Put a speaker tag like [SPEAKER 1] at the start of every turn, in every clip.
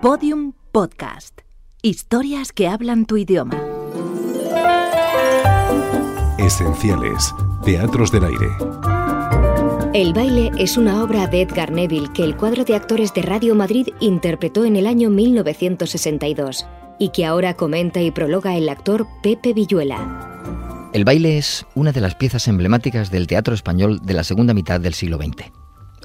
[SPEAKER 1] Podium Podcast. Historias que hablan tu idioma.
[SPEAKER 2] Esenciales. Teatros del aire.
[SPEAKER 3] El baile es una obra de Edgar Neville que el cuadro de actores de Radio Madrid interpretó en el año 1962 y que ahora comenta y prologa el actor Pepe Villuela.
[SPEAKER 4] El baile es una de las piezas emblemáticas del teatro español de la segunda mitad del siglo XX.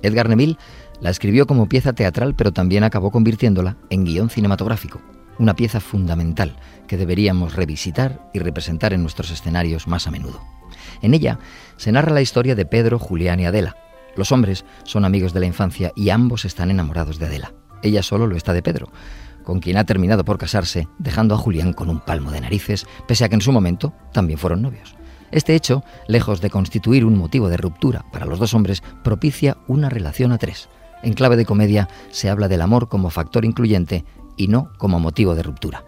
[SPEAKER 4] Edgar Neville la escribió como pieza teatral, pero también acabó convirtiéndola en guión cinematográfico, una pieza fundamental que deberíamos revisitar y representar en nuestros escenarios más a menudo. En ella se narra la historia de Pedro, Julián y Adela. Los hombres son amigos de la infancia y ambos están enamorados de Adela. Ella solo lo está de Pedro, con quien ha terminado por casarse, dejando a Julián con un palmo de narices, pese a que en su momento también fueron novios. Este hecho, lejos de constituir un motivo de ruptura para los dos hombres, propicia una relación a tres. En clave de comedia se habla del amor como factor incluyente y no como motivo de ruptura.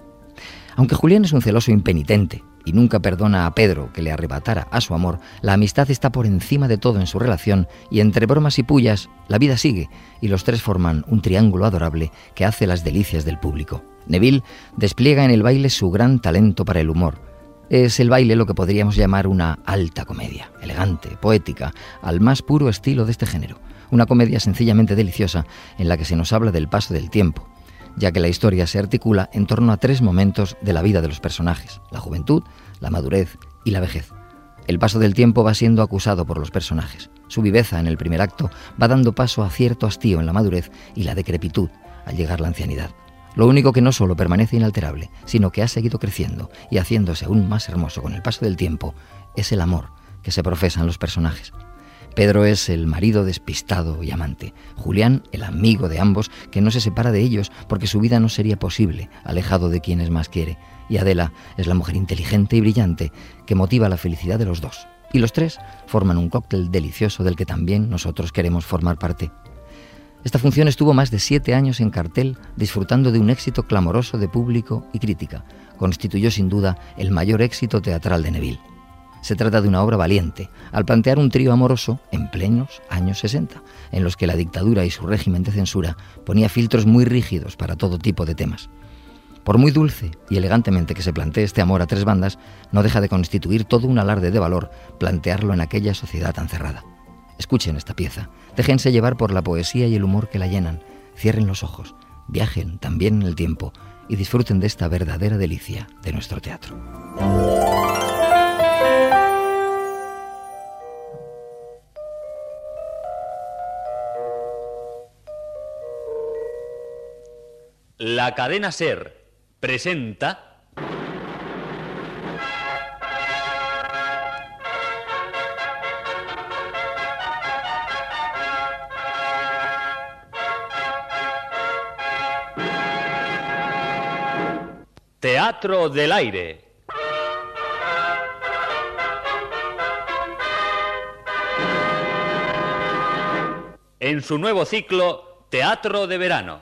[SPEAKER 4] Aunque Julián es un celoso impenitente y nunca perdona a Pedro que le arrebatara a su amor, la amistad está por encima de todo en su relación y entre bromas y pullas la vida sigue y los tres forman un triángulo adorable que hace las delicias del público. Neville despliega en el baile su gran talento para el humor es el baile lo que podríamos llamar una alta comedia, elegante, poética, al más puro estilo de este género. Una comedia sencillamente deliciosa en la que se nos habla del paso del tiempo, ya que la historia se articula en torno a tres momentos de la vida de los personajes, la juventud, la madurez y la vejez. El paso del tiempo va siendo acusado por los personajes. Su viveza en el primer acto va dando paso a cierto hastío en la madurez y la decrepitud al llegar la ancianidad. Lo único que no solo permanece inalterable, sino que ha seguido creciendo y haciéndose aún más hermoso con el paso del tiempo, es el amor que se profesan los personajes. Pedro es el marido despistado y amante, Julián el amigo de ambos que no se separa de ellos porque su vida no sería posible alejado de quienes más quiere, y Adela es la mujer inteligente y brillante que motiva la felicidad de los dos. Y los tres forman un cóctel delicioso del que también nosotros queremos formar parte. Esta función estuvo más de siete años en cartel, disfrutando de un éxito clamoroso de público y crítica. Constituyó sin duda el mayor éxito teatral de Neville. Se trata de una obra valiente, al plantear un trío amoroso en plenos años 60, en los que la dictadura y su régimen de censura ponía filtros muy rígidos para todo tipo de temas. Por muy dulce y elegantemente que se plantee este amor a tres bandas, no deja de constituir todo un alarde de valor plantearlo en aquella sociedad tan cerrada. Escuchen esta pieza, déjense llevar por la poesía y el humor que la llenan, cierren los ojos, viajen también en el tiempo y disfruten de esta verdadera delicia de nuestro teatro.
[SPEAKER 5] La cadena Ser presenta... Teatro del Aire. En su nuevo ciclo, Teatro de Verano.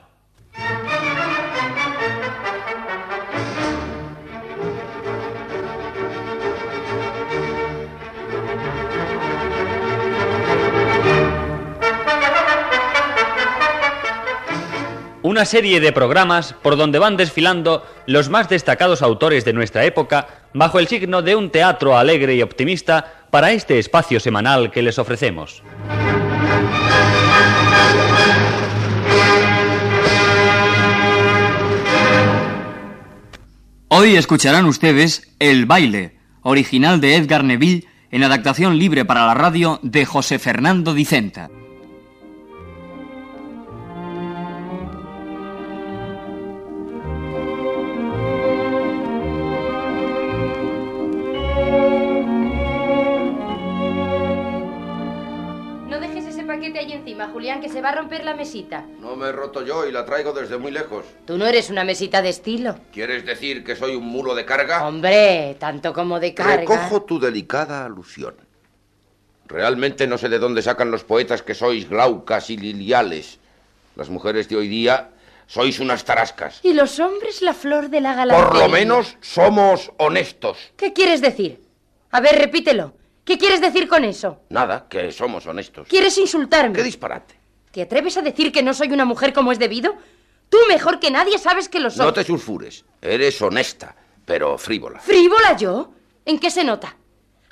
[SPEAKER 5] una serie de programas por donde van desfilando los más destacados autores de nuestra época bajo el signo de un teatro alegre y optimista para este espacio semanal que les ofrecemos.
[SPEAKER 6] Hoy escucharán ustedes El baile, original de Edgar Neville, en adaptación libre para la radio de José Fernando Dicenta.
[SPEAKER 7] Julián, que se va a romper la mesita.
[SPEAKER 8] No me he roto yo y la traigo desde muy lejos.
[SPEAKER 7] Tú no eres una mesita de estilo.
[SPEAKER 8] ¿Quieres decir que soy un mulo de carga?
[SPEAKER 7] Hombre, tanto como de carga.
[SPEAKER 8] Recojo tu delicada alusión. Realmente no sé de dónde sacan los poetas que sois glaucas y liliales. Las mujeres de hoy día sois unas tarascas.
[SPEAKER 7] Y los hombres la flor de la galantería.
[SPEAKER 8] Por lo menos somos honestos.
[SPEAKER 7] ¿Qué quieres decir? A ver, repítelo. ¿Qué quieres decir con eso?
[SPEAKER 8] Nada, que somos honestos.
[SPEAKER 7] ¿Quieres insultarme?
[SPEAKER 8] ¿Qué disparate?
[SPEAKER 7] ¿Te atreves a decir que no soy una mujer como es debido? Tú mejor que nadie sabes que lo soy.
[SPEAKER 8] No te sulfures. Eres honesta, pero frívola.
[SPEAKER 7] ¿Frívola yo? ¿En qué se nota?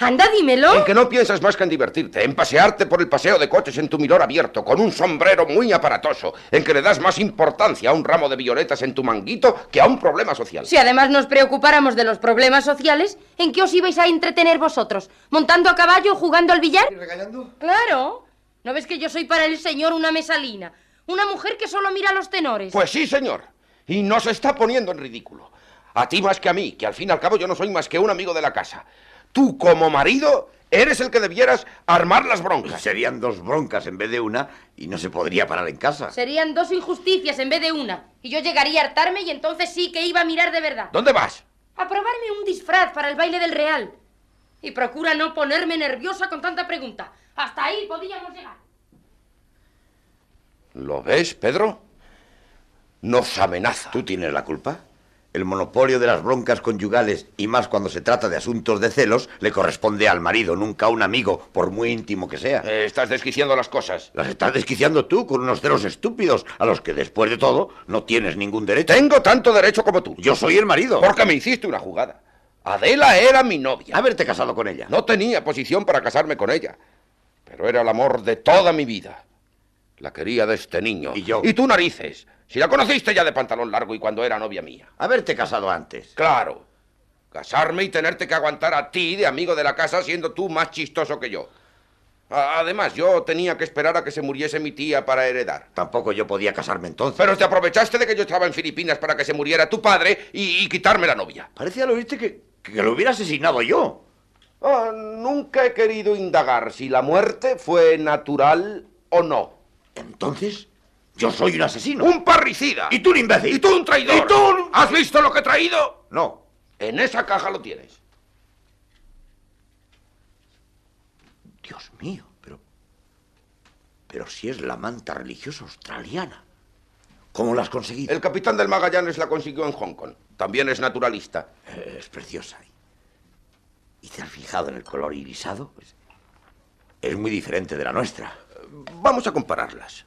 [SPEAKER 7] Anda, dímelo.
[SPEAKER 8] En que no piensas más que en divertirte, en pasearte por el paseo de coches en tu milor abierto, con un sombrero muy aparatoso, en que le das más importancia a un ramo de violetas en tu manguito que a un problema social.
[SPEAKER 7] Si además nos preocupáramos de los problemas sociales, ¿en qué os ibais a entretener vosotros? ¿Montando a caballo, jugando al billar?
[SPEAKER 9] ¿Y regañando?
[SPEAKER 7] Claro. ¿No ves que yo soy para el señor una mesalina? Una mujer que solo mira a los tenores.
[SPEAKER 8] Pues sí, señor. Y nos está poniendo en ridículo. A ti más que a mí, que al fin y al cabo yo no soy más que un amigo de la casa. Tú, como marido, eres el que debieras armar las broncas.
[SPEAKER 10] Serían dos broncas en vez de una y no se podría parar en casa.
[SPEAKER 7] Serían dos injusticias en vez de una. Y yo llegaría a hartarme y entonces sí que iba a mirar de verdad.
[SPEAKER 8] ¿Dónde vas?
[SPEAKER 7] A probarme un disfraz para el baile del Real. Y procura no ponerme nerviosa con tanta pregunta. Hasta ahí podíamos llegar.
[SPEAKER 8] ¿Lo ves, Pedro? Nos amenaza.
[SPEAKER 10] ¿Tú tienes la culpa? El monopolio de las broncas conyugales, y más cuando se trata de asuntos de celos, le corresponde al marido, nunca a un amigo, por muy íntimo que sea.
[SPEAKER 8] Eh, estás desquiciando las cosas.
[SPEAKER 10] Las estás desquiciando tú con unos celos estúpidos, a los que después de todo no tienes ningún derecho.
[SPEAKER 8] Tengo tanto derecho como tú.
[SPEAKER 10] Yo soy el marido.
[SPEAKER 8] Porque me hiciste una jugada. Adela era mi novia.
[SPEAKER 10] Haberte casado con ella.
[SPEAKER 8] No tenía posición para casarme con ella, pero era el amor de toda mi vida. La quería de este niño.
[SPEAKER 10] ¿Y yo?
[SPEAKER 8] Y tú narices. Si la conociste ya de pantalón largo y cuando era novia mía.
[SPEAKER 10] Haberte casado antes.
[SPEAKER 8] Claro. Casarme y tenerte que aguantar a ti de amigo de la casa siendo tú más chistoso que yo. A- Además, yo tenía que esperar a que se muriese mi tía para heredar.
[SPEAKER 10] Tampoco yo podía casarme entonces.
[SPEAKER 8] Pero te aprovechaste de que yo estaba en Filipinas para que se muriera tu padre y, y quitarme la novia.
[SPEAKER 10] Parecía lo viste que, que lo hubiera asesinado yo.
[SPEAKER 8] Ah, nunca he querido indagar si la muerte fue natural o no.
[SPEAKER 10] Entonces, yo soy un asesino.
[SPEAKER 8] ¡Un parricida!
[SPEAKER 10] Y tú un imbécil.
[SPEAKER 8] ¡Y tú un traidor!
[SPEAKER 10] Y tú un-
[SPEAKER 8] ¿Has visto lo que he traído?
[SPEAKER 10] No.
[SPEAKER 8] En esa caja lo tienes.
[SPEAKER 10] Dios mío, pero. Pero si es la manta religiosa australiana. ¿Cómo la has conseguido?
[SPEAKER 8] El capitán del Magallanes la consiguió en Hong Kong. También es naturalista.
[SPEAKER 10] Eh, Es preciosa. ¿Y te has fijado en el color irisado? Es- Es muy diferente de la nuestra.
[SPEAKER 8] Vamos a compararlas.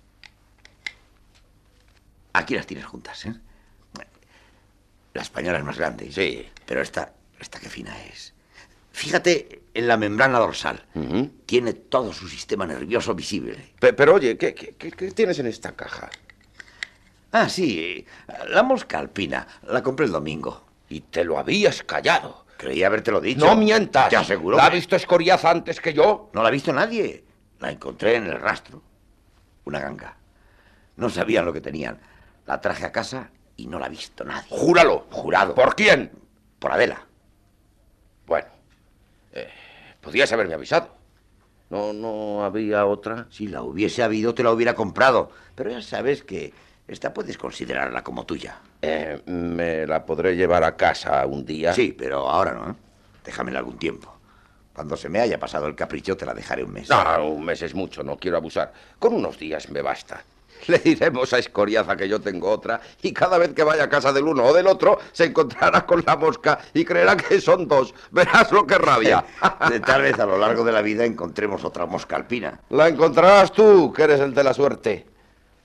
[SPEAKER 10] Aquí las tienes juntas, ¿eh? La española es más grande. ¿eh?
[SPEAKER 8] Sí.
[SPEAKER 10] Pero esta, esta qué fina es. Fíjate en la membrana dorsal. Tiene todo su sistema nervioso visible.
[SPEAKER 8] Pe- pero oye, ¿qué, qué- qué- qué tienes en esta caja?
[SPEAKER 10] Ah, sí. La mosca alpina. La compré el domingo.
[SPEAKER 8] Y te lo habías callado.
[SPEAKER 10] Creía habértelo dicho.
[SPEAKER 8] No mientas.
[SPEAKER 10] Te aseguro.
[SPEAKER 8] ¿La ha
[SPEAKER 10] que-
[SPEAKER 8] visto Escoriaza antes que yo?
[SPEAKER 10] No la ha visto nadie. La encontré en el rastro. Una ganga. No sabían lo que tenían. La traje a casa y no la ha visto nadie.
[SPEAKER 8] Júralo.
[SPEAKER 10] Jurado.
[SPEAKER 8] ¿Por quién?
[SPEAKER 10] Por Adela.
[SPEAKER 8] Bueno, eh, podías haberme avisado. No, no había otra.
[SPEAKER 10] Si la hubiese habido, te la hubiera comprado. Pero ya sabes que esta puedes considerarla como tuya.
[SPEAKER 8] Eh, me la podré llevar a casa un día.
[SPEAKER 10] Sí, pero ahora no. ¿eh? Déjamela algún tiempo. Cuando se me haya pasado el capricho, te la dejaré un mes.
[SPEAKER 8] No, un mes es mucho, no quiero abusar. Con unos días me basta. Le diremos a Escoriaza que yo tengo otra y cada vez que vaya a casa del uno o del otro se encontrará con la mosca y creerá que son dos. Verás lo que rabia.
[SPEAKER 10] De Eh, tal vez a lo largo de la vida encontremos otra mosca alpina.
[SPEAKER 8] La encontrarás tú, que eres el de la suerte.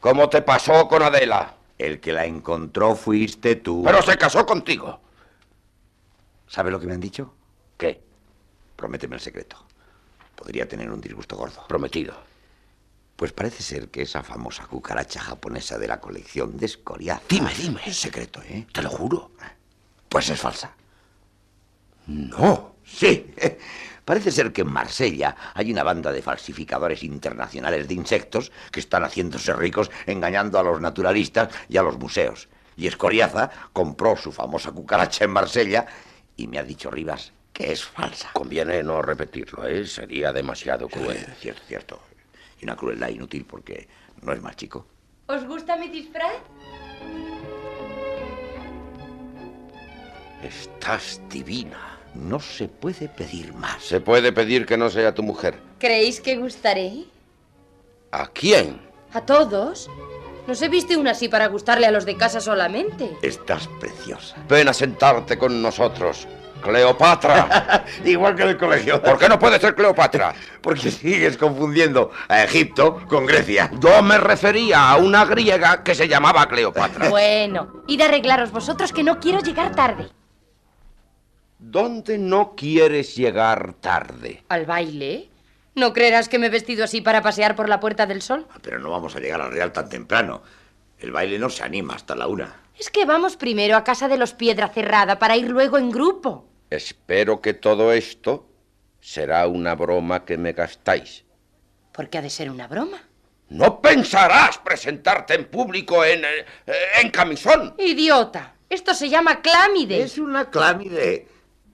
[SPEAKER 8] Como te pasó con Adela.
[SPEAKER 10] El que la encontró fuiste tú.
[SPEAKER 8] Pero se casó contigo.
[SPEAKER 10] ¿Sabe lo que me han dicho?
[SPEAKER 8] ¿Qué?
[SPEAKER 10] Prométeme el secreto. Podría tener un disgusto gordo.
[SPEAKER 8] Prometido.
[SPEAKER 10] Pues parece ser que esa famosa cucaracha japonesa de la colección de Escoriaza...
[SPEAKER 8] Dime, dime.
[SPEAKER 10] Es secreto, ¿eh?
[SPEAKER 8] Te lo juro.
[SPEAKER 10] Pues es falsa.
[SPEAKER 8] No.
[SPEAKER 10] Sí. Parece ser que en Marsella hay una banda de falsificadores internacionales de insectos que están haciéndose ricos engañando a los naturalistas y a los museos. Y Escoriaza compró su famosa cucaracha en Marsella y me ha dicho Rivas que es falsa.
[SPEAKER 8] Conviene no repetirlo, ¿eh? Sería demasiado cruel.
[SPEAKER 10] Cierto, cierto. Y una crueldad inútil porque no es más chico.
[SPEAKER 7] ¿Os gusta mi disfraz?
[SPEAKER 8] Estás divina.
[SPEAKER 10] No se puede pedir más.
[SPEAKER 8] Se puede pedir que no sea tu mujer.
[SPEAKER 7] ¿Creéis que gustaré?
[SPEAKER 8] ¿A quién?
[SPEAKER 7] ¿A todos? ¿No se viste una así para gustarle a los de casa solamente?
[SPEAKER 10] Estás preciosa.
[SPEAKER 8] Ven a sentarte con nosotros. Cleopatra.
[SPEAKER 10] Igual que en el colegio.
[SPEAKER 8] ¿Por qué no puede ser Cleopatra?
[SPEAKER 10] Porque sigues confundiendo a Egipto con Grecia.
[SPEAKER 8] Yo me refería a una griega que se llamaba Cleopatra.
[SPEAKER 7] Bueno, id a arreglaros vosotros que no quiero llegar tarde.
[SPEAKER 8] ¿Dónde no quieres llegar tarde?
[SPEAKER 7] ¿Al baile? ¿No creerás que me he vestido así para pasear por la Puerta del Sol?
[SPEAKER 10] Pero no vamos a llegar al Real tan temprano. El baile no se anima hasta la una.
[SPEAKER 7] Es que vamos primero a casa de los Piedra Cerrada para ir luego en grupo.
[SPEAKER 8] Espero que todo esto será una broma que me gastáis.
[SPEAKER 7] Porque ha de ser una broma.
[SPEAKER 8] No pensarás presentarte en público en, eh, en camisón.
[SPEAKER 7] ¡Idiota! Esto se llama clámide.
[SPEAKER 10] Es una clámide.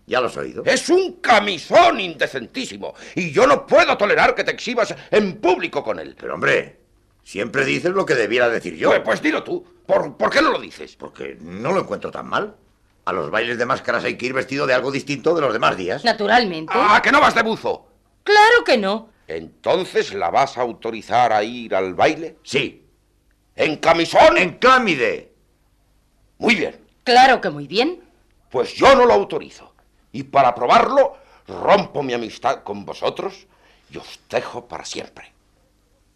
[SPEAKER 10] ¿Ya lo has oído?
[SPEAKER 8] Es un camisón indecentísimo y yo no puedo tolerar que te exhibas en público con él.
[SPEAKER 10] Pero hombre, siempre dices lo que debiera decir yo.
[SPEAKER 8] Pues, pues dilo tú. ¿Por, por qué no lo dices?
[SPEAKER 10] Porque no lo encuentro tan mal. A los bailes de máscaras hay que ir vestido de algo distinto de los demás días.
[SPEAKER 7] Naturalmente.
[SPEAKER 8] Ah, que no vas de buzo.
[SPEAKER 7] Claro que no.
[SPEAKER 8] Entonces la vas a autorizar a ir al baile
[SPEAKER 10] Sí,
[SPEAKER 8] en camisón.
[SPEAKER 10] en clámide.
[SPEAKER 8] Muy bien.
[SPEAKER 7] Claro que muy bien.
[SPEAKER 8] Pues yo no lo autorizo. Y para probarlo, rompo mi amistad con vosotros y os dejo para siempre.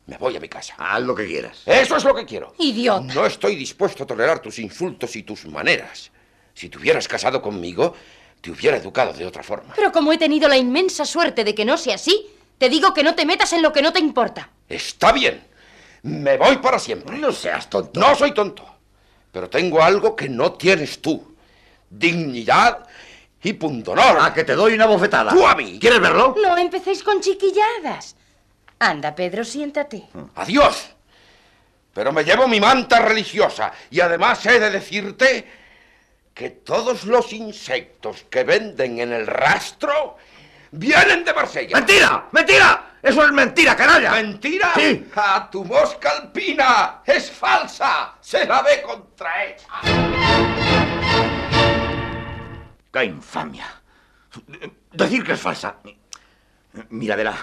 [SPEAKER 8] Me voy a mi casa.
[SPEAKER 10] Haz lo que quieras.
[SPEAKER 8] Eso es lo que quiero.
[SPEAKER 7] Idiota.
[SPEAKER 8] No estoy dispuesto a tolerar tus insultos y tus maneras. Si te hubieras casado conmigo, te hubiera educado de otra forma.
[SPEAKER 7] Pero como he tenido la inmensa suerte de que no sea así, te digo que no te metas en lo que no te importa.
[SPEAKER 8] Está bien. Me voy para siempre.
[SPEAKER 10] No seas tonto.
[SPEAKER 8] No soy tonto, pero tengo algo que no tienes tú. Dignidad y pundonor.
[SPEAKER 10] A que te doy una bofetada.
[SPEAKER 8] Tú a mí.
[SPEAKER 10] Ah, ¿Quieres verlo?
[SPEAKER 7] No empecéis con chiquilladas. Anda, Pedro, siéntate.
[SPEAKER 8] Ah. Adiós. Pero me llevo mi manta religiosa y además he de decirte que todos los insectos que venden en el rastro vienen de Marsella.
[SPEAKER 10] ¡Mentira! ¡Mentira! ¡Eso es mentira, canalla!
[SPEAKER 8] ¿Mentira?
[SPEAKER 10] Sí.
[SPEAKER 8] ¡A tu mosca alpina! ¡Es falsa! ¡Se la ve contrahecha!
[SPEAKER 10] ¡Qué infamia! Decir que es falsa. Míradela.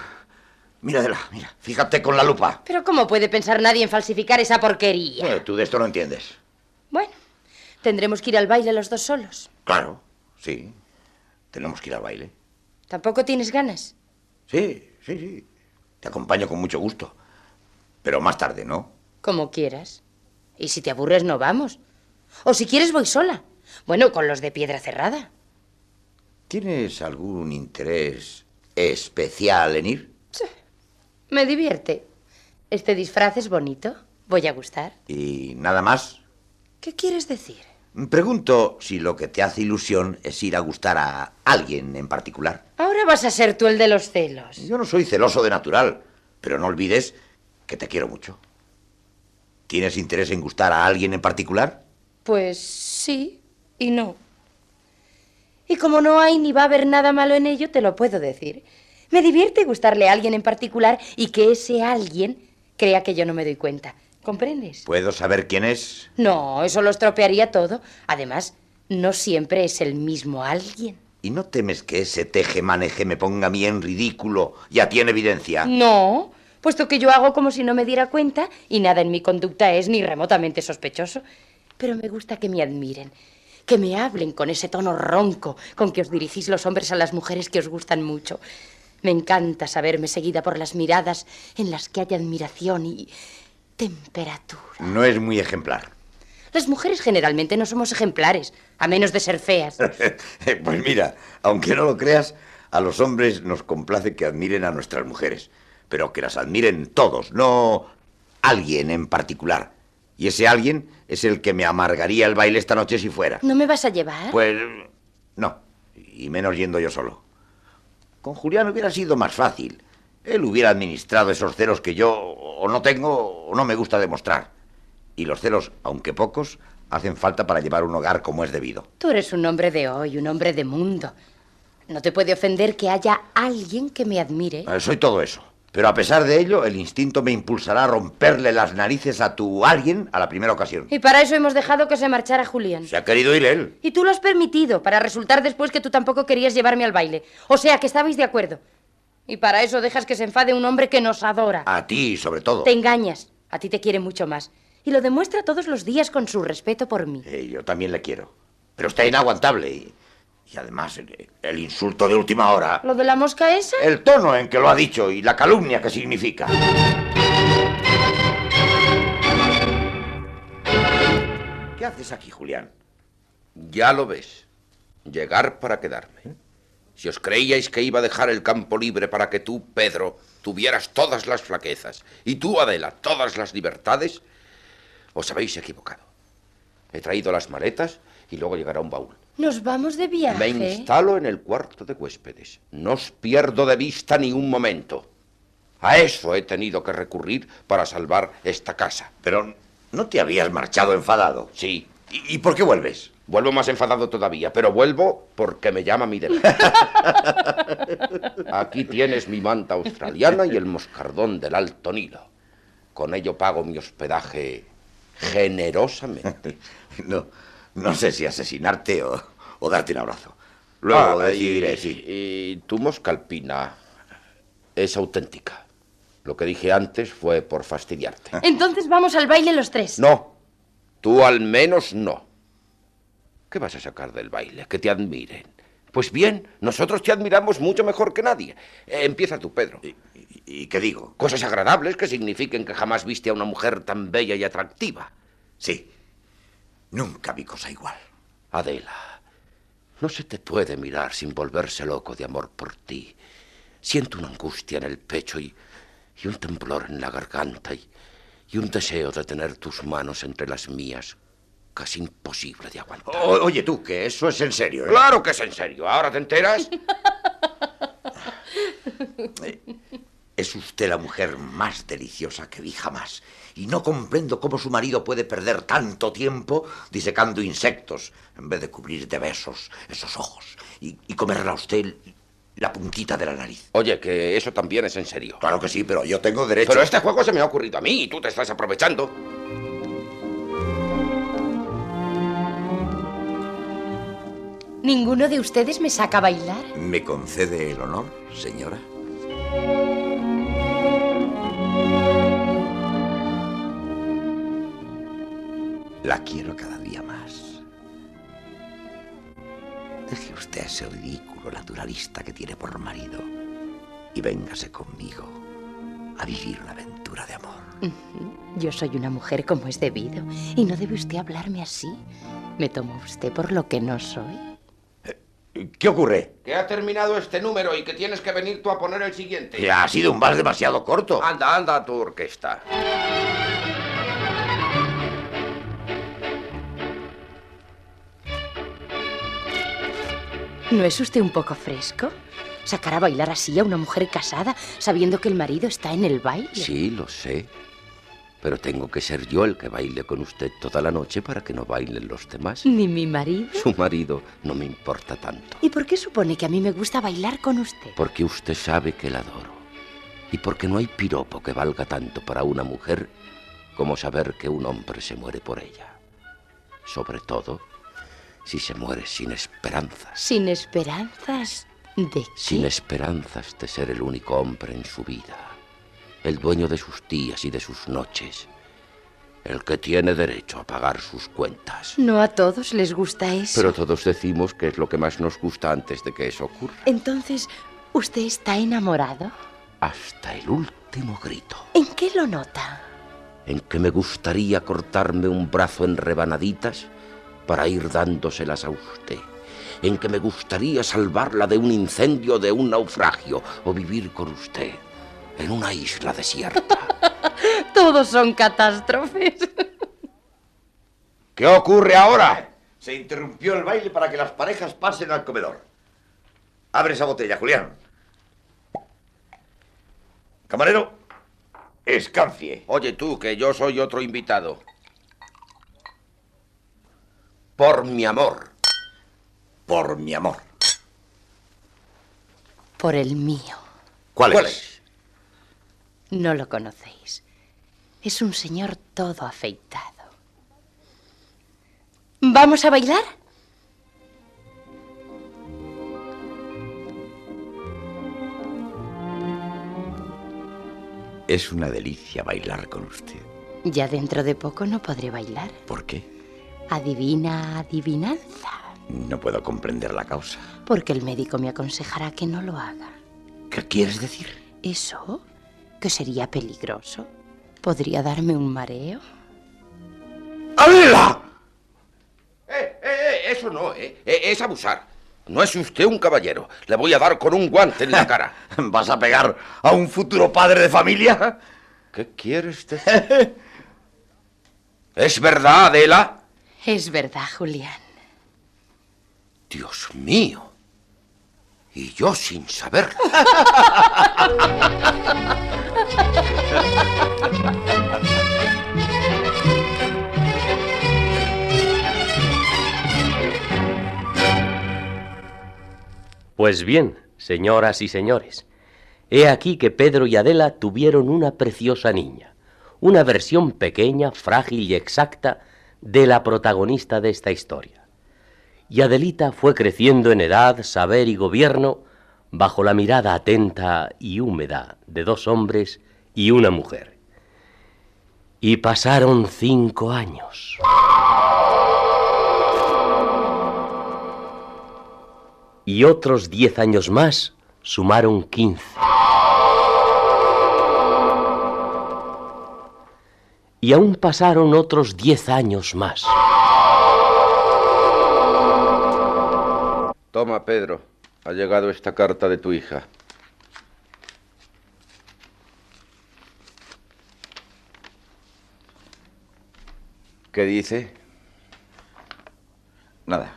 [SPEAKER 10] Míradela, mira. Fíjate con la lupa.
[SPEAKER 7] Pero ¿cómo puede pensar nadie en falsificar esa porquería?
[SPEAKER 10] Eh, tú de esto no entiendes.
[SPEAKER 7] Bueno, tendremos que ir al baile los dos solos.
[SPEAKER 10] Claro, sí. Tenemos que ir al baile.
[SPEAKER 7] ¿Tampoco tienes ganas?
[SPEAKER 10] Sí, sí, sí. Te acompaño con mucho gusto. Pero más tarde, ¿no?
[SPEAKER 7] Como quieras. Y si te aburres, no vamos. O si quieres, voy sola. Bueno, con los de piedra cerrada.
[SPEAKER 10] ¿Tienes algún interés especial en ir?
[SPEAKER 7] Me divierte. Este disfraz es bonito. Voy a gustar.
[SPEAKER 10] ¿Y nada más?
[SPEAKER 7] ¿Qué quieres decir?
[SPEAKER 10] Pregunto si lo que te hace ilusión es ir a gustar a alguien en particular.
[SPEAKER 7] Ahora vas a ser tú el de los celos.
[SPEAKER 10] Yo no soy celoso de natural, pero no olvides que te quiero mucho. ¿Tienes interés en gustar a alguien en particular?
[SPEAKER 7] Pues sí y no. Y como no hay ni va a haber nada malo en ello, te lo puedo decir. Me divierte gustarle a alguien en particular y que ese alguien crea que yo no me doy cuenta. ¿Comprendes?
[SPEAKER 10] ¿Puedo saber quién es?
[SPEAKER 7] No, eso lo estropearía todo. Además, no siempre es el mismo alguien.
[SPEAKER 10] ¿Y no temes que ese teje maneje me ponga a mí en ridículo y a ti en evidencia?
[SPEAKER 7] No, puesto que yo hago como si no me diera cuenta y nada en mi conducta es ni remotamente sospechoso. Pero me gusta que me admiren, que me hablen con ese tono ronco con que os dirigís los hombres a las mujeres que os gustan mucho. Me encanta saberme seguida por las miradas en las que hay admiración y temperatura.
[SPEAKER 10] No es muy ejemplar.
[SPEAKER 7] Las mujeres generalmente no somos ejemplares, a menos de ser feas.
[SPEAKER 10] pues mira, aunque no lo creas, a los hombres nos complace que admiren a nuestras mujeres, pero que las admiren todos, no alguien en particular. Y ese alguien es el que me amargaría el baile esta noche si fuera.
[SPEAKER 7] ¿No me vas a llevar?
[SPEAKER 10] Pues no, y menos yendo yo solo. Con Julián hubiera sido más fácil. Él hubiera administrado esos celos que yo o no tengo o no me gusta demostrar. Y los celos, aunque pocos, hacen falta para llevar un hogar como es debido.
[SPEAKER 7] Tú eres un hombre de hoy, un hombre de mundo. No te puede ofender que haya alguien que me admire.
[SPEAKER 10] Eh, Soy todo eso. Pero a pesar de ello, el instinto me impulsará a romperle las narices a tu alguien a la primera ocasión.
[SPEAKER 7] Y para eso hemos dejado que se marchara Julián.
[SPEAKER 10] Se ha querido ir él.
[SPEAKER 7] Y tú lo has permitido, para resultar después que tú tampoco querías llevarme al baile. O sea, que estabais de acuerdo. Y para eso dejas que se enfade un hombre que nos adora.
[SPEAKER 8] Ah,
[SPEAKER 10] A ti, sobre todo.
[SPEAKER 7] Te engañas. A ti te quiere mucho más. Y lo demuestra todos los días con su respeto por mí.
[SPEAKER 10] Eh, yo también le quiero. Pero está inaguantable y, Y además, el, el insulto de última hora.
[SPEAKER 7] ¿Lo de la mosca esa?
[SPEAKER 10] El tono en que lo ha dicho y la calumnia que significa. ¿Qué haces aquí, Julián?
[SPEAKER 8] Ya lo ves. Llegar para quedarme. Si os creíais que iba a dejar el campo libre para que tú, Pedro, tuvieras todas las flaquezas y tú, Adela, todas las libertades, os habéis equivocado. He traído las maletas y luego llegará un baúl.
[SPEAKER 7] Nos vamos de viaje.
[SPEAKER 8] Me instalo en el cuarto de huéspedes. No os pierdo de vista ni un momento. A eso he tenido que recurrir para salvar esta casa.
[SPEAKER 10] Pero no te habías marchado enfadado.
[SPEAKER 8] Sí,
[SPEAKER 10] ¿Y, y por qué vuelves?
[SPEAKER 8] Vuelvo más enfadado todavía, pero vuelvo porque me llama mi deber. Aquí tienes mi manta australiana y el moscardón del Alto Nilo. Con ello pago mi hospedaje generosamente.
[SPEAKER 10] No, no sé si asesinarte o, o darte un abrazo. Luego
[SPEAKER 8] Ah, y-
[SPEAKER 10] decidiré si...
[SPEAKER 8] Y tu mosca alpina es auténtica. Lo que dije antes fue por fastidiarte.
[SPEAKER 7] Entonces vamos al baile los tres.
[SPEAKER 8] No, tú al menos no. ¿Qué vas a sacar del baile? Que te admiren. Pues bien, nosotros te admiramos mucho mejor que nadie. Eh, empieza tú, Pedro.
[SPEAKER 10] ¿Y, y qué digo?
[SPEAKER 8] Cosas agradables que signifiquen que jamás viste a una mujer tan bella y atractiva.
[SPEAKER 10] Sí. Nunca vi cosa igual.
[SPEAKER 8] Adela, no se te puede mirar sin volverse loco de amor por ti. Siento una angustia en el pecho y, y un temblor en la garganta y, y un deseo de tener tus manos entre las mías casi imposible de aguantar.
[SPEAKER 10] O- Oh, oye, tú, que eso es en serio, ¿eh?
[SPEAKER 8] Claro que es en serio, ¿ahora te enteras?
[SPEAKER 10] Es usted la mujer más deliciosa que vi jamás. Y no comprendo cómo su marido puede perder tanto tiempo disecando insectos en vez de cubrir de besos esos ojos y, y comerla a usted la puntita de la nariz.
[SPEAKER 8] Oye, que eso también es en serio.
[SPEAKER 10] Claro que sí, pero yo tengo derecho.
[SPEAKER 8] Pero este juego se me ha ocurrido a mí y tú te estás aprovechando.
[SPEAKER 7] ¿Ninguno de ustedes me saca a bailar?
[SPEAKER 10] ¿Me concede el honor, señora? La quiero cada día más. Deje usted a ese ridículo naturalista que tiene por marido y véngase conmigo a vivir una aventura de amor.
[SPEAKER 7] Yo soy una mujer como es debido y no debe usted hablarme así. Me toma usted por lo que no soy.
[SPEAKER 10] ¿Qué ocurre?
[SPEAKER 8] Que ha terminado este número y que tienes que venir tú a poner el siguiente.
[SPEAKER 10] Que ha sido un vals demasiado corto.
[SPEAKER 8] Anda, anda a tu orquesta.
[SPEAKER 7] ¿No es usted un poco fresco? ¿Sacar a bailar así a una mujer casada sabiendo que el marido está en el baile?
[SPEAKER 8] Sí, lo sé. Pero tengo que ser yo el que baile con usted toda la noche para que no bailen los demás.
[SPEAKER 7] ¿Ni mi marido?
[SPEAKER 8] Su marido no me importa tanto.
[SPEAKER 7] ¿Y por qué supone que a mí me gusta bailar con usted?
[SPEAKER 8] Porque usted sabe que la adoro. Y porque no hay piropo que valga tanto para una mujer como saber que un hombre se muere por ella. Sobre todo si se muere sin esperanzas.
[SPEAKER 7] Sin esperanzas de qué?
[SPEAKER 8] Sin esperanzas de ser el único hombre en su vida. El dueño de sus días y de sus noches. El que tiene derecho a pagar sus cuentas.
[SPEAKER 7] No a todos les gusta eso.
[SPEAKER 8] Pero todos decimos que es lo que más nos gusta antes de que eso ocurra.
[SPEAKER 7] Entonces, ¿usted está enamorado?
[SPEAKER 8] Hasta el último grito.
[SPEAKER 7] ¿En qué lo nota?
[SPEAKER 8] en que me gustaría cortarme un brazo en rebanaditas para ir dándoselas a usted, en que me gustaría salvarla de un incendio, de un naufragio, o vivir con usted en una isla desierta.
[SPEAKER 7] Todos son catástrofes.
[SPEAKER 8] ¿Qué ocurre ahora?
[SPEAKER 10] Eh, Se interrumpió el baile para que las parejas pasen al comedor. Abre esa botella, Julián. Camarero, escancie.
[SPEAKER 8] Oye tú, que yo soy otro invitado. Por mi amor.
[SPEAKER 10] Por mi amor.
[SPEAKER 7] Por el mío.
[SPEAKER 10] ¿Cuál,
[SPEAKER 8] ¿Cuál
[SPEAKER 10] es?
[SPEAKER 7] No lo conocéis. Es un señor todo afeitado. ¿Vamos a bailar?
[SPEAKER 10] Es una delicia bailar con usted.
[SPEAKER 7] Ya dentro de poco no podré bailar.
[SPEAKER 10] ¿Por qué?
[SPEAKER 7] Adivina adivinanza.
[SPEAKER 10] No puedo comprender la causa.
[SPEAKER 7] Porque el médico me aconsejará que no lo haga.
[SPEAKER 10] ¿Qué quieres decir?
[SPEAKER 7] Eso, que sería peligroso. Podría darme un mareo.
[SPEAKER 8] ¡Habla! Eh, eh, eh, eso no, eh. Eh, Es abusar. No es usted un caballero. Le voy a dar con un guante en la cara.
[SPEAKER 10] ¿Vas a pegar a un futuro padre de familia?
[SPEAKER 8] ¿Qué quieres decir? ¿Es verdad, Adela?
[SPEAKER 7] Es verdad, Julián.
[SPEAKER 8] Dios mío. Y yo sin saberlo.
[SPEAKER 9] Pues bien, señoras y señores, he aquí que Pedro y Adela tuvieron una preciosa niña, una versión pequeña, frágil y exacta de la protagonista de esta historia. Y Adelita fue creciendo en edad, saber y gobierno bajo la mirada atenta y húmeda de dos hombres y una mujer. Y pasaron cinco años. y otros diez años más sumaron quince. Y aún pasaron otros diez años más.
[SPEAKER 8] Toma, Pedro. Ha llegado esta carta de tu hija. ¿Qué dice?
[SPEAKER 10] Nada.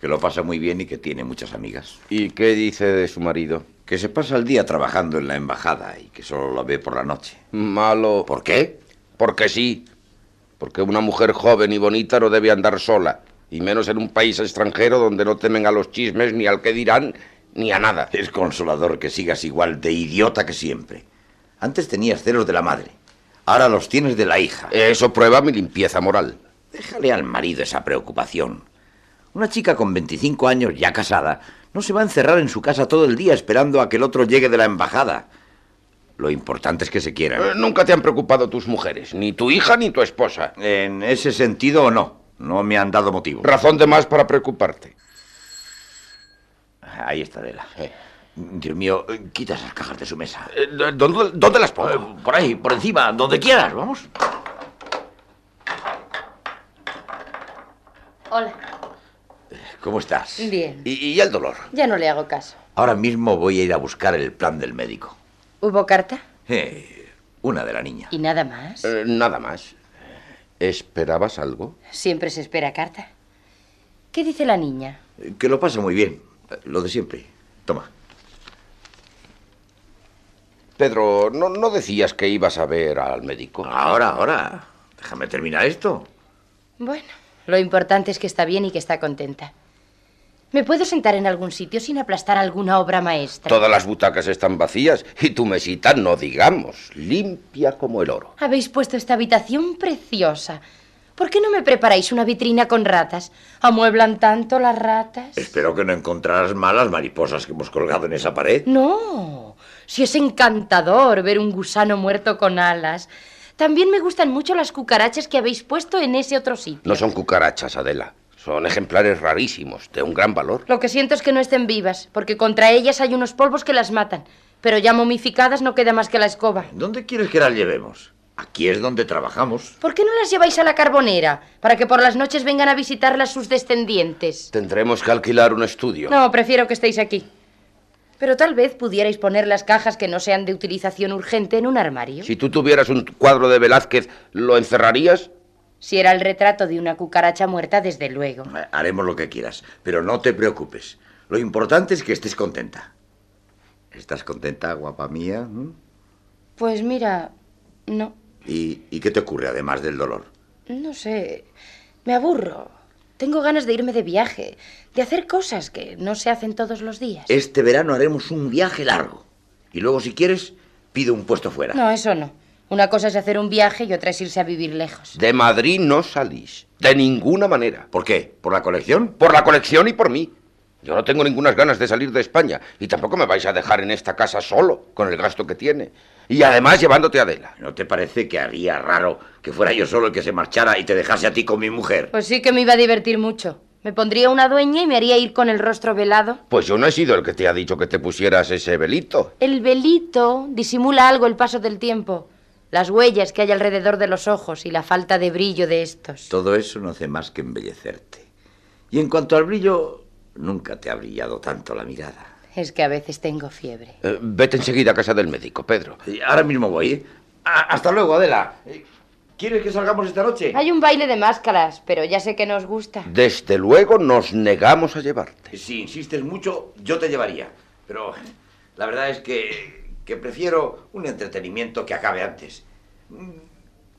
[SPEAKER 10] Que lo pasa muy bien y que tiene muchas amigas.
[SPEAKER 8] ¿Y qué dice de su marido?
[SPEAKER 10] Que se pasa el día trabajando en la embajada y que solo la ve por la noche.
[SPEAKER 8] Malo.
[SPEAKER 10] ¿Por qué?
[SPEAKER 8] Porque sí. Porque una mujer joven y bonita no debe andar sola. Y menos en un país extranjero donde no temen a los chismes, ni al que dirán, ni a nada.
[SPEAKER 10] Es consolador que sigas igual de idiota que siempre. Antes tenías celos de la madre. Ahora los tienes de la hija. Eh,
[SPEAKER 8] Eso prueba mi limpieza moral.
[SPEAKER 10] Déjale al marido esa preocupación. Una chica con 25 años ya casada no se va a encerrar en su casa todo el día esperando a que el otro llegue de la embajada. Lo importante es que se
[SPEAKER 8] Eh,
[SPEAKER 10] quieran.
[SPEAKER 8] nunca te han preocupado tus mujeres, ni tu hija ni tu esposa.
[SPEAKER 10] En ese sentido o no, no me han dado motivo.
[SPEAKER 8] Razón de más para preocuparte.
[SPEAKER 10] Ahí está Adela. Eh, Dios mío, eh, quita esas cajas de su mesa.
[SPEAKER 8] Eh, ¿Dónde, dónde las
[SPEAKER 10] Eh,
[SPEAKER 8] pongo?
[SPEAKER 10] Por ahí, por encima, donde quieras, vamos.
[SPEAKER 7] Hola.
[SPEAKER 10] ¿Cómo estás?
[SPEAKER 7] Bien.
[SPEAKER 10] ¿Y, y el dolor?
[SPEAKER 7] Ya no le hago caso.
[SPEAKER 10] Ahora mismo voy a ir a buscar el plan del médico.
[SPEAKER 7] ¿Hubo carta?
[SPEAKER 10] Eh, una de la niña.
[SPEAKER 7] ¿Y nada más?
[SPEAKER 8] Eh, nada más. ¿Esperabas algo?
[SPEAKER 7] Siempre se espera carta. ¿Qué dice la niña?
[SPEAKER 10] Eh, Que lo pasa muy bien. eh, Lo de siempre. Toma.
[SPEAKER 8] Pedro, ¿no, no decías que ibas a ver al médico?
[SPEAKER 10] Ahora, ahora. Déjame terminar esto.
[SPEAKER 7] Bueno, lo importante es que está bien y que está contenta. ¿Me puedo sentar en algún sitio sin aplastar alguna obra maestra?
[SPEAKER 8] Todas las butacas están vacías y tu mesita, no digamos, limpia como el oro.
[SPEAKER 7] Habéis puesto esta habitación preciosa. ¿Por qué no me preparáis una vitrina con ratas? ¿Amueblan tanto las ratas?
[SPEAKER 8] Este-
[SPEAKER 10] Espero que no encontrarás malas mariposas que hemos colgado en esa pared.
[SPEAKER 7] No, si es encantador ver un gusano muerto con alas. También me gustan mucho las cucarachas que habéis puesto en ese otro sitio.
[SPEAKER 8] No son cucarachas, Adela. Son ejemplares rarísimos, de un gran valor.
[SPEAKER 7] Lo que siento es que no estén vivas, porque contra ellas hay unos polvos que las matan. Pero ya momificadas no queda más que la escoba.
[SPEAKER 10] ¿Dónde quieres que las llevemos? Aquí es donde trabajamos.
[SPEAKER 7] ¿Por qué no las lleváis a la carbonera? Para que por las noches vengan a visitarlas sus descendientes.
[SPEAKER 8] Tendremos que alquilar un estudio.
[SPEAKER 7] No, prefiero que estéis aquí. Pero tal vez pudierais poner las cajas que no sean de utilización urgente en un armario.
[SPEAKER 8] Si tú tuvieras un cuadro de Velázquez, ¿lo encerrarías?
[SPEAKER 7] Si era el retrato de una cucaracha muerta, desde luego.
[SPEAKER 10] Eh, Haremos lo que quieras, pero no te preocupes. Lo importante es que estés contenta. ¿Estás contenta, guapa mía? ¿Mm?
[SPEAKER 7] Pues mira, no,
[SPEAKER 10] ¿Y, y qué te ocurre además del dolor?
[SPEAKER 7] no sé. Me aburro. Tengo ganas de irme de viaje, de hacer cosas que no se hacen todos los días.
[SPEAKER 10] Este verano haremos un viaje largo. Y luego, si quieres, pido un puesto fuera.
[SPEAKER 7] No, eso no. Una cosa es hacer un viaje y otra es irse a vivir lejos.
[SPEAKER 8] De Madrid no salís. De ninguna manera.
[SPEAKER 10] ¿Por qué? ¿Por la colección?
[SPEAKER 8] Por la colección y por mí. Yo no tengo ninguna ganas de salir de España. Y tampoco me vais a dejar en esta casa solo, con el gasto que tiene. Y además llevándote a Adela.
[SPEAKER 10] ¿No te parece que haría raro que fuera yo solo el que se marchara y te dejase a ti con mi mujer?
[SPEAKER 7] Pues sí que me iba a divertir mucho. Me pondría una dueña y me haría ir con el rostro velado.
[SPEAKER 8] Pues yo no he sido el que te ha dicho que te pusieras ese velito.
[SPEAKER 7] El velito disimula algo el paso del tiempo. Las huellas que hay alrededor de los ojos y la falta de brillo de estos.
[SPEAKER 10] Todo eso no hace más que embellecerte. Y en cuanto al brillo, nunca te ha brillado tanto la mirada.
[SPEAKER 7] Es que a veces tengo fiebre.
[SPEAKER 8] Eh, vete enseguida a casa del médico, Pedro.
[SPEAKER 10] Y Ahora mismo voy. ¿eh? A- Hasta luego, Adela. Eh, ¿Quieres que salgamos esta noche?
[SPEAKER 7] Hay un baile de máscaras, pero ya sé que nos gusta.
[SPEAKER 8] Desde luego nos negamos a llevarte.
[SPEAKER 10] Si insistes mucho, yo te llevaría. Pero la verdad es que, que prefiero un entretenimiento que acabe antes. Mm,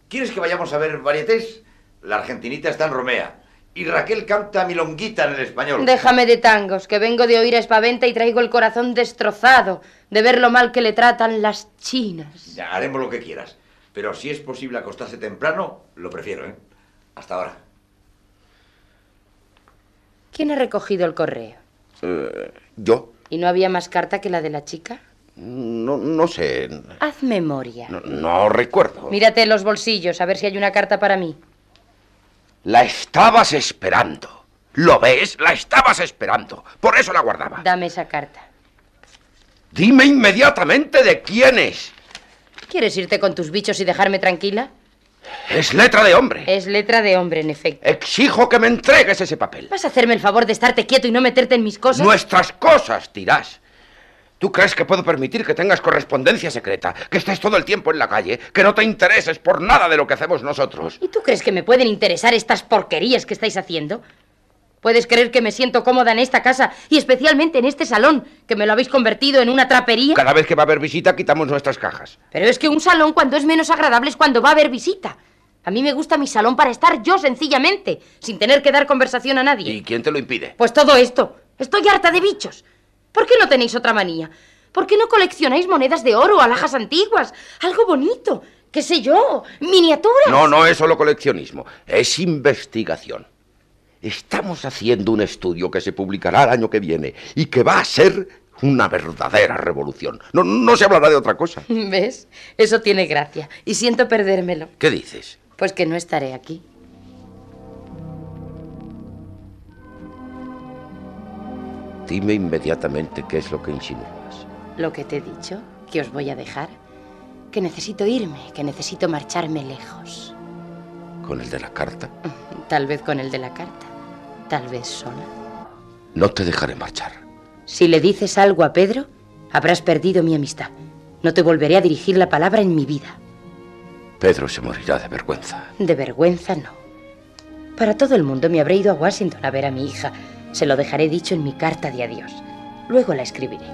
[SPEAKER 10] ¿Quieres que vayamos a ver varietés? La argentinita está en Romea. Y Raquel canta milonguita en el español.
[SPEAKER 7] Déjame de tangos, que vengo de oír a Espaventa y traigo el corazón destrozado de ver lo mal que le tratan las chinas.
[SPEAKER 10] Ya, haremos lo que quieras. Pero si es posible acostarse temprano, lo prefiero, ¿eh? Hasta ahora.
[SPEAKER 7] ¿Quién ha recogido el correo?
[SPEAKER 8] Eh, ¿Yo?
[SPEAKER 7] ¿Y no había más carta que la de la chica?
[SPEAKER 8] No, no sé.
[SPEAKER 7] Haz memoria.
[SPEAKER 8] No, no recuerdo.
[SPEAKER 7] Mírate los bolsillos, a ver si hay una carta para mí.
[SPEAKER 8] La estabas esperando. ¿Lo ves? La estabas esperando. Por eso la guardaba.
[SPEAKER 7] Dame esa carta.
[SPEAKER 8] Dime inmediatamente de quién es.
[SPEAKER 7] ¿Quieres irte con tus bichos y dejarme tranquila?
[SPEAKER 8] Es letra de hombre.
[SPEAKER 7] Es letra de hombre, en efecto.
[SPEAKER 8] Exijo que me entregues ese papel.
[SPEAKER 7] ¿Vas a hacerme el favor de estarte quieto y no meterte en mis cosas?
[SPEAKER 8] Nuestras cosas, dirás. ¿Tú crees que puedo permitir que tengas correspondencia secreta, que estés todo el tiempo en la calle, que no te intereses por nada de lo que hacemos nosotros?
[SPEAKER 7] ¿Y tú crees que me pueden interesar estas porquerías que estáis haciendo? ¿Puedes creer que me siento cómoda en esta casa y especialmente en este salón, que me lo habéis convertido en una trapería?
[SPEAKER 8] Cada vez que va a haber visita quitamos nuestras cajas.
[SPEAKER 7] Pero es que un salón cuando es menos agradable es cuando va a haber visita. A mí me gusta mi salón para estar yo sencillamente, sin tener que dar conversación a nadie.
[SPEAKER 8] ¿Y quién te lo impide?
[SPEAKER 7] Pues todo esto. Estoy harta de bichos. ¿Por qué no tenéis otra manía? ¿Por qué no coleccionáis monedas de oro, alhajas antiguas? Algo bonito. ¿Qué sé yo? ¿Miniaturas?
[SPEAKER 8] No, no es solo coleccionismo, es investigación. Estamos haciendo un estudio que se publicará el año que viene y que va a ser una verdadera revolución. No, no se hablará de otra cosa.
[SPEAKER 7] ¿Ves? Eso tiene gracia. Y siento perdérmelo.
[SPEAKER 8] ¿Qué dices?
[SPEAKER 7] Pues que no estaré aquí.
[SPEAKER 8] Dime inmediatamente qué es lo que insinúas.
[SPEAKER 7] Lo que te he dicho, que os voy a dejar. Que necesito irme, que necesito marcharme lejos.
[SPEAKER 8] ¿Con el de la carta?
[SPEAKER 7] Tal vez con el de la carta. Tal vez sola.
[SPEAKER 8] No te dejaré marchar.
[SPEAKER 7] Si le dices algo a Pedro, habrás perdido mi amistad. No te volveré a dirigir la palabra en mi vida.
[SPEAKER 8] Pedro se morirá de vergüenza.
[SPEAKER 7] De vergüenza no. Para todo el mundo me habré ido a Washington a ver a mi hija. Se lo dejaré dicho en mi carta de adiós. Luego la escribiré.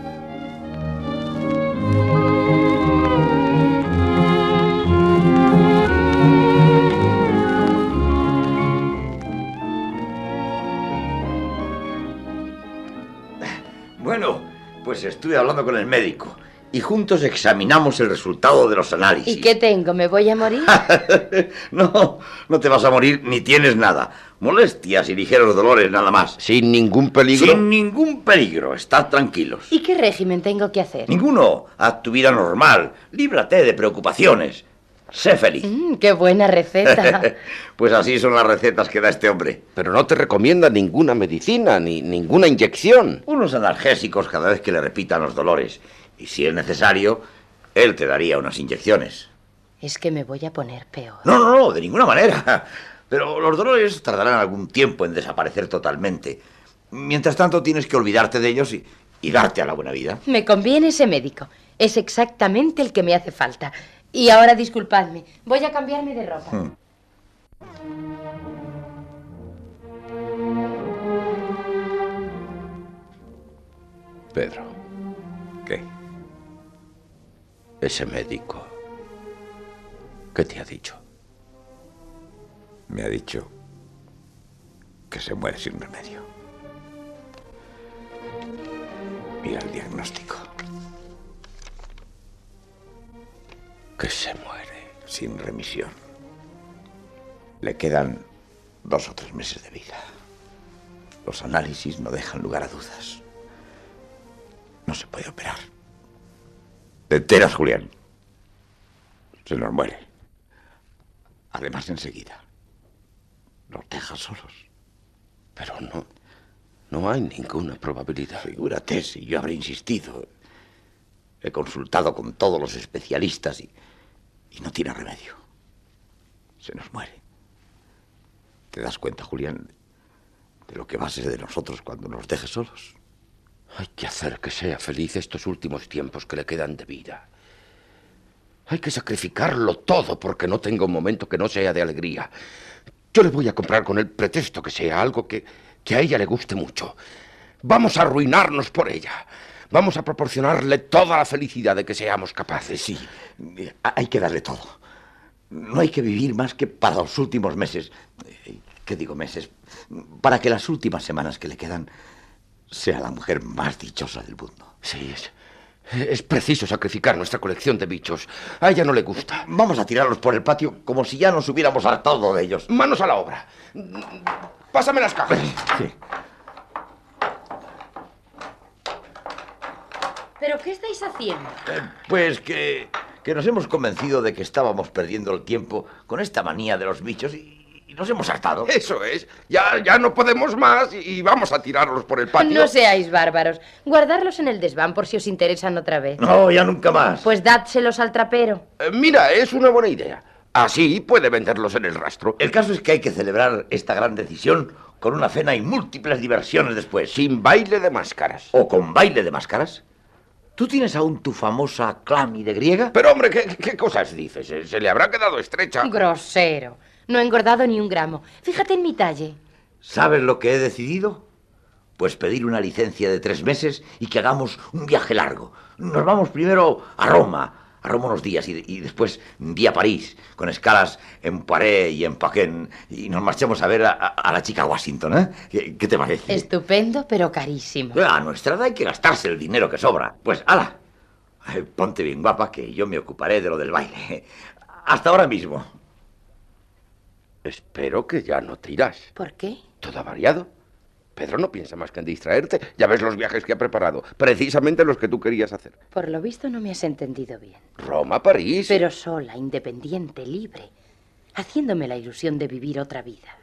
[SPEAKER 10] Bueno, pues estuve hablando con el médico y juntos examinamos el resultado de los análisis.
[SPEAKER 7] ¿Y qué tengo? ¿Me voy a morir?
[SPEAKER 10] no, no te vas a morir ni tienes nada. Molestias y ligeros dolores nada más.
[SPEAKER 8] Sin ningún peligro.
[SPEAKER 10] Sin ningún peligro, estad tranquilos.
[SPEAKER 7] ¿Y qué régimen tengo que hacer?
[SPEAKER 10] Ninguno. Haz tu vida normal. Líbrate de preocupaciones. Sé feliz.
[SPEAKER 7] Mm, ¡Qué buena receta!
[SPEAKER 10] pues así son las recetas que da este hombre.
[SPEAKER 8] Pero no te recomienda ninguna medicina ni ninguna inyección.
[SPEAKER 10] Unos analgésicos cada vez que le repitan los dolores. Y si es necesario, él te daría unas inyecciones.
[SPEAKER 7] Es que me voy a poner peor.
[SPEAKER 10] No, no, no, de ninguna manera. Pero los dolores tardarán algún tiempo en desaparecer totalmente. Mientras tanto, tienes que olvidarte de ellos y, y darte a la buena vida.
[SPEAKER 7] Me conviene ese médico. Es exactamente el que me hace falta. Y ahora disculpadme, voy a cambiarme de ropa.
[SPEAKER 10] Hmm.
[SPEAKER 8] Pedro,
[SPEAKER 10] ¿Qué?
[SPEAKER 8] ese médico. ¿Qué te ha dicho?
[SPEAKER 10] Me ha dicho que se muere sin remedio. Mira el diagnóstico.
[SPEAKER 8] Que se muere.
[SPEAKER 10] Sin remisión. Le quedan dos o tres meses de vida. Los análisis no dejan lugar a dudas. No se puede operar. Te enteras, Julián. Se nos muere. Además, enseguida. Nos deja solos.
[SPEAKER 8] Pero no. No hay ninguna probabilidad.
[SPEAKER 10] Figúrate si yo habré insistido. He consultado con todos los especialistas y, y no tiene remedio. Se nos muere. ¿Te das cuenta, Julián, de lo que va a ser de nosotros cuando nos dejes solos?
[SPEAKER 8] Hay que hacer que sea feliz estos últimos tiempos que le quedan de vida. Hay que sacrificarlo todo porque no tenga un momento que no sea de alegría. Yo le voy a comprar con el pretexto que sea algo que, que a ella le guste mucho. Vamos a arruinarnos por ella. Vamos a proporcionarle toda la felicidad de que seamos capaces.
[SPEAKER 10] Eh, Sí, hay que darle todo. No hay que vivir más que para los últimos meses. Eh, ¿Qué digo meses? Para que las últimas semanas que le quedan sea la mujer más dichosa del mundo.
[SPEAKER 8] Sí, es, es preciso sacrificar nuestra colección de bichos. A ella no le gusta.
[SPEAKER 10] Vamos a tirarlos por el patio como si ya nos hubiéramos hartado de ellos.
[SPEAKER 8] Manos a la obra. Pásame las cajas.
[SPEAKER 10] Sí.
[SPEAKER 7] ¿Pero qué estáis haciendo?
[SPEAKER 10] Eh, Pues que, que nos hemos convencido de que estábamos perdiendo el tiempo con esta manía de los bichos y, y nos hemos hartado.
[SPEAKER 8] Eso es. Ya, ya no podemos más y, y vamos a tirarlos por el patio.
[SPEAKER 7] No seáis bárbaros. Guardarlos en el desván por si os interesan otra vez.
[SPEAKER 10] No, ya nunca más.
[SPEAKER 7] Pues dádselos al trapero.
[SPEAKER 8] Eh, Mira, es una buena idea. Así puede venderlos en el rastro.
[SPEAKER 10] El caso es que hay que celebrar esta gran decisión con una cena y múltiples diversiones después.
[SPEAKER 8] Sin baile de máscaras. Oh,
[SPEAKER 10] O con baile de máscaras. ¿Tú tienes aún tu famosa clámide griega?
[SPEAKER 8] Pero hombre, ¿qué, qué cosas dices? Eh, Se, se le habrá quedado estrecha.
[SPEAKER 7] Grosero. No he engordado ni un gramo. Fíjate en mi talle.
[SPEAKER 10] ¿Sabes lo que he decidido? Pues pedir una licencia de tres meses y que hagamos un viaje largo. Nos vamos primero a Roma, a Roma unos días y, y después vía París, con escalas en París y en Paquén, y nos marchemos a ver a, a- a la chica Washington, ¿eh? ¿Qué, qué te parece?
[SPEAKER 7] Estupendo, pero carísimo.
[SPEAKER 10] A nuestra edad hay que gastarse el dinero que sobra. Pues, ala, eh, ponte bien guapa que yo me ocuparé de lo del baile. Hasta ahora mismo.
[SPEAKER 8] Espero que ya no te irás.
[SPEAKER 7] ¿Por qué?
[SPEAKER 8] Todo ha variado. Pedro no piensa más que en distraerte. Ya ves los viajes que ha preparado. Precisamente los que tú querías hacer.
[SPEAKER 7] Por lo visto no me has entendido bien.
[SPEAKER 8] Roma, París.
[SPEAKER 7] Pero sola, independiente, libre, haciéndome la ilusión de vivir otra vida.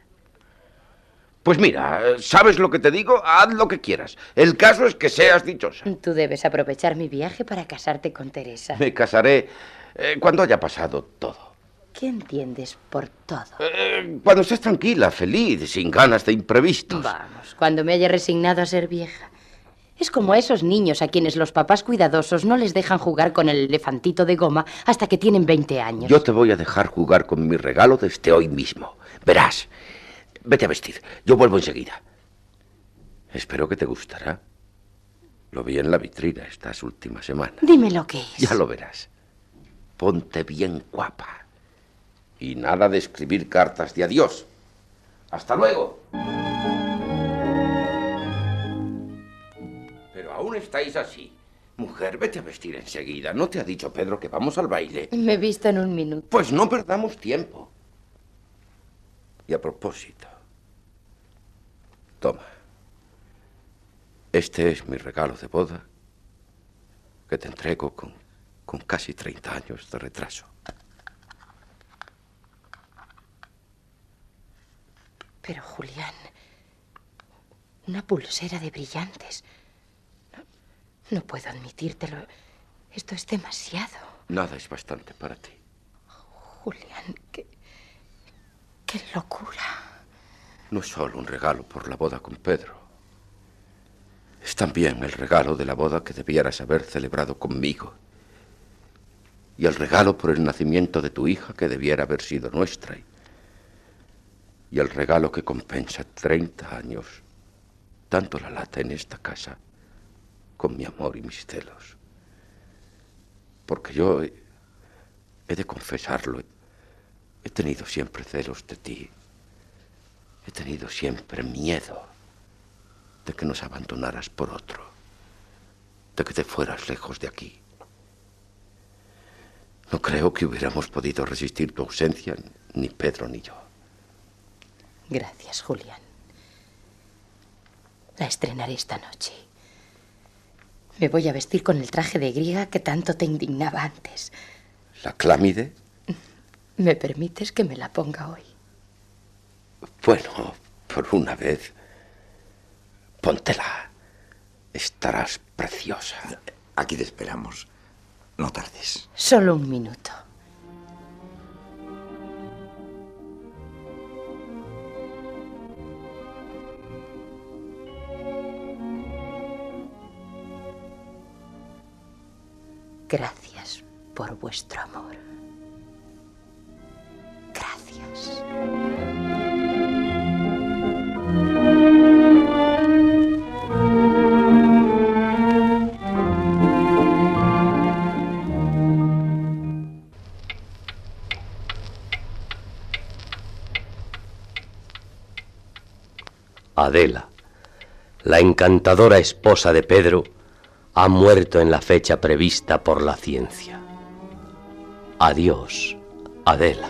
[SPEAKER 8] Pues mira, ¿sabes lo que te digo? Haz lo que quieras. El caso es que seas dichosa.
[SPEAKER 7] Tú debes aprovechar mi viaje para casarte con Teresa.
[SPEAKER 8] Me casaré eh, cuando haya pasado todo.
[SPEAKER 7] ¿Qué entiendes por todo?
[SPEAKER 8] Eh, cuando estés tranquila, feliz, sin ganas de imprevistos.
[SPEAKER 7] Vamos, cuando me haya resignado a ser vieja. Es como a esos niños a quienes los papás cuidadosos no les dejan jugar con el elefantito de goma hasta que tienen 20 años.
[SPEAKER 8] Yo te voy a dejar jugar con mi regalo desde hoy mismo. Verás. Vete a vestir. Yo vuelvo enseguida. Espero que te gustará. Lo vi en la vitrina estas últimas semanas.
[SPEAKER 7] Dime lo que es.
[SPEAKER 8] Ya lo verás. Ponte bien guapa. Y nada de escribir cartas de adiós. Hasta luego. Pero aún estáis así. Mujer, vete a vestir enseguida. ¿No te ha dicho Pedro que vamos al baile?
[SPEAKER 7] Me he visto en un minuto.
[SPEAKER 8] Pues no perdamos tiempo. Y a propósito, toma. Este es mi regalo de boda que te entrego con, con casi 30 años de retraso.
[SPEAKER 7] Pero, Julián, una pulsera de brillantes. No, no puedo admitírtelo. Esto es demasiado.
[SPEAKER 8] Nada es bastante para ti.
[SPEAKER 7] Julián, qué. qué locura.
[SPEAKER 8] No es solo un regalo por la boda con Pedro. Es también el regalo de la boda que debieras haber celebrado conmigo. Y el regalo por el nacimiento de tu hija que debiera haber sido nuestra. Y- Y el regalo que compensa 30 años, tanto la lata en esta casa, con mi amor y mis celos. Porque yo, he he de confesarlo, he tenido siempre celos de ti. He tenido siempre miedo de que nos abandonaras por otro, de que te fueras lejos de aquí. No creo que hubiéramos podido resistir tu ausencia, ni Pedro ni yo.
[SPEAKER 7] Gracias, Julián. La estrenaré esta noche. Me voy a vestir con el traje de griega que tanto te indignaba antes.
[SPEAKER 8] ¿La clámide?
[SPEAKER 7] ¿Me permites que me la ponga hoy?
[SPEAKER 8] Bueno, por una vez,
[SPEAKER 11] Fontela, estarás preciosa.
[SPEAKER 10] Aquí te esperamos. No tardes.
[SPEAKER 7] Solo un minuto. Gracias por vuestro amor. Gracias.
[SPEAKER 9] Adela, la encantadora esposa de Pedro, ha muerto en la fecha prevista por la ciencia. Adiós, Adela.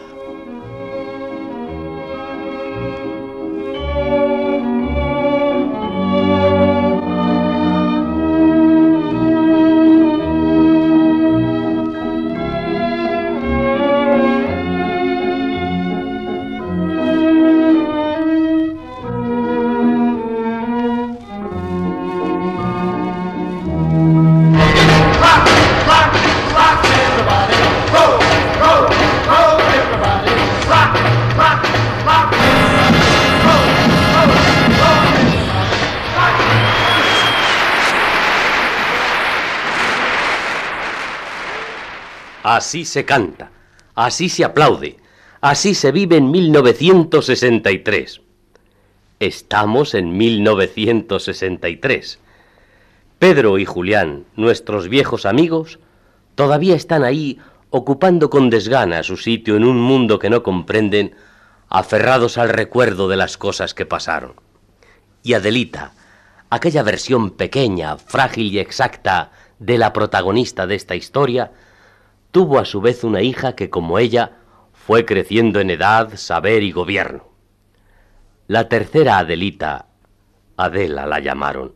[SPEAKER 9] Así se canta, así se aplaude, así se vive en 1963. Estamos en 1963. Pedro y Julián, nuestros viejos amigos, todavía están ahí ocupando con desgana su sitio en un mundo que no comprenden, aferrados al recuerdo de las cosas que pasaron. Y Adelita, aquella versión pequeña, frágil y exacta de la protagonista de esta historia, tuvo a su vez una hija que, como ella, fue creciendo en edad, saber y gobierno. La tercera Adelita, Adela la llamaron,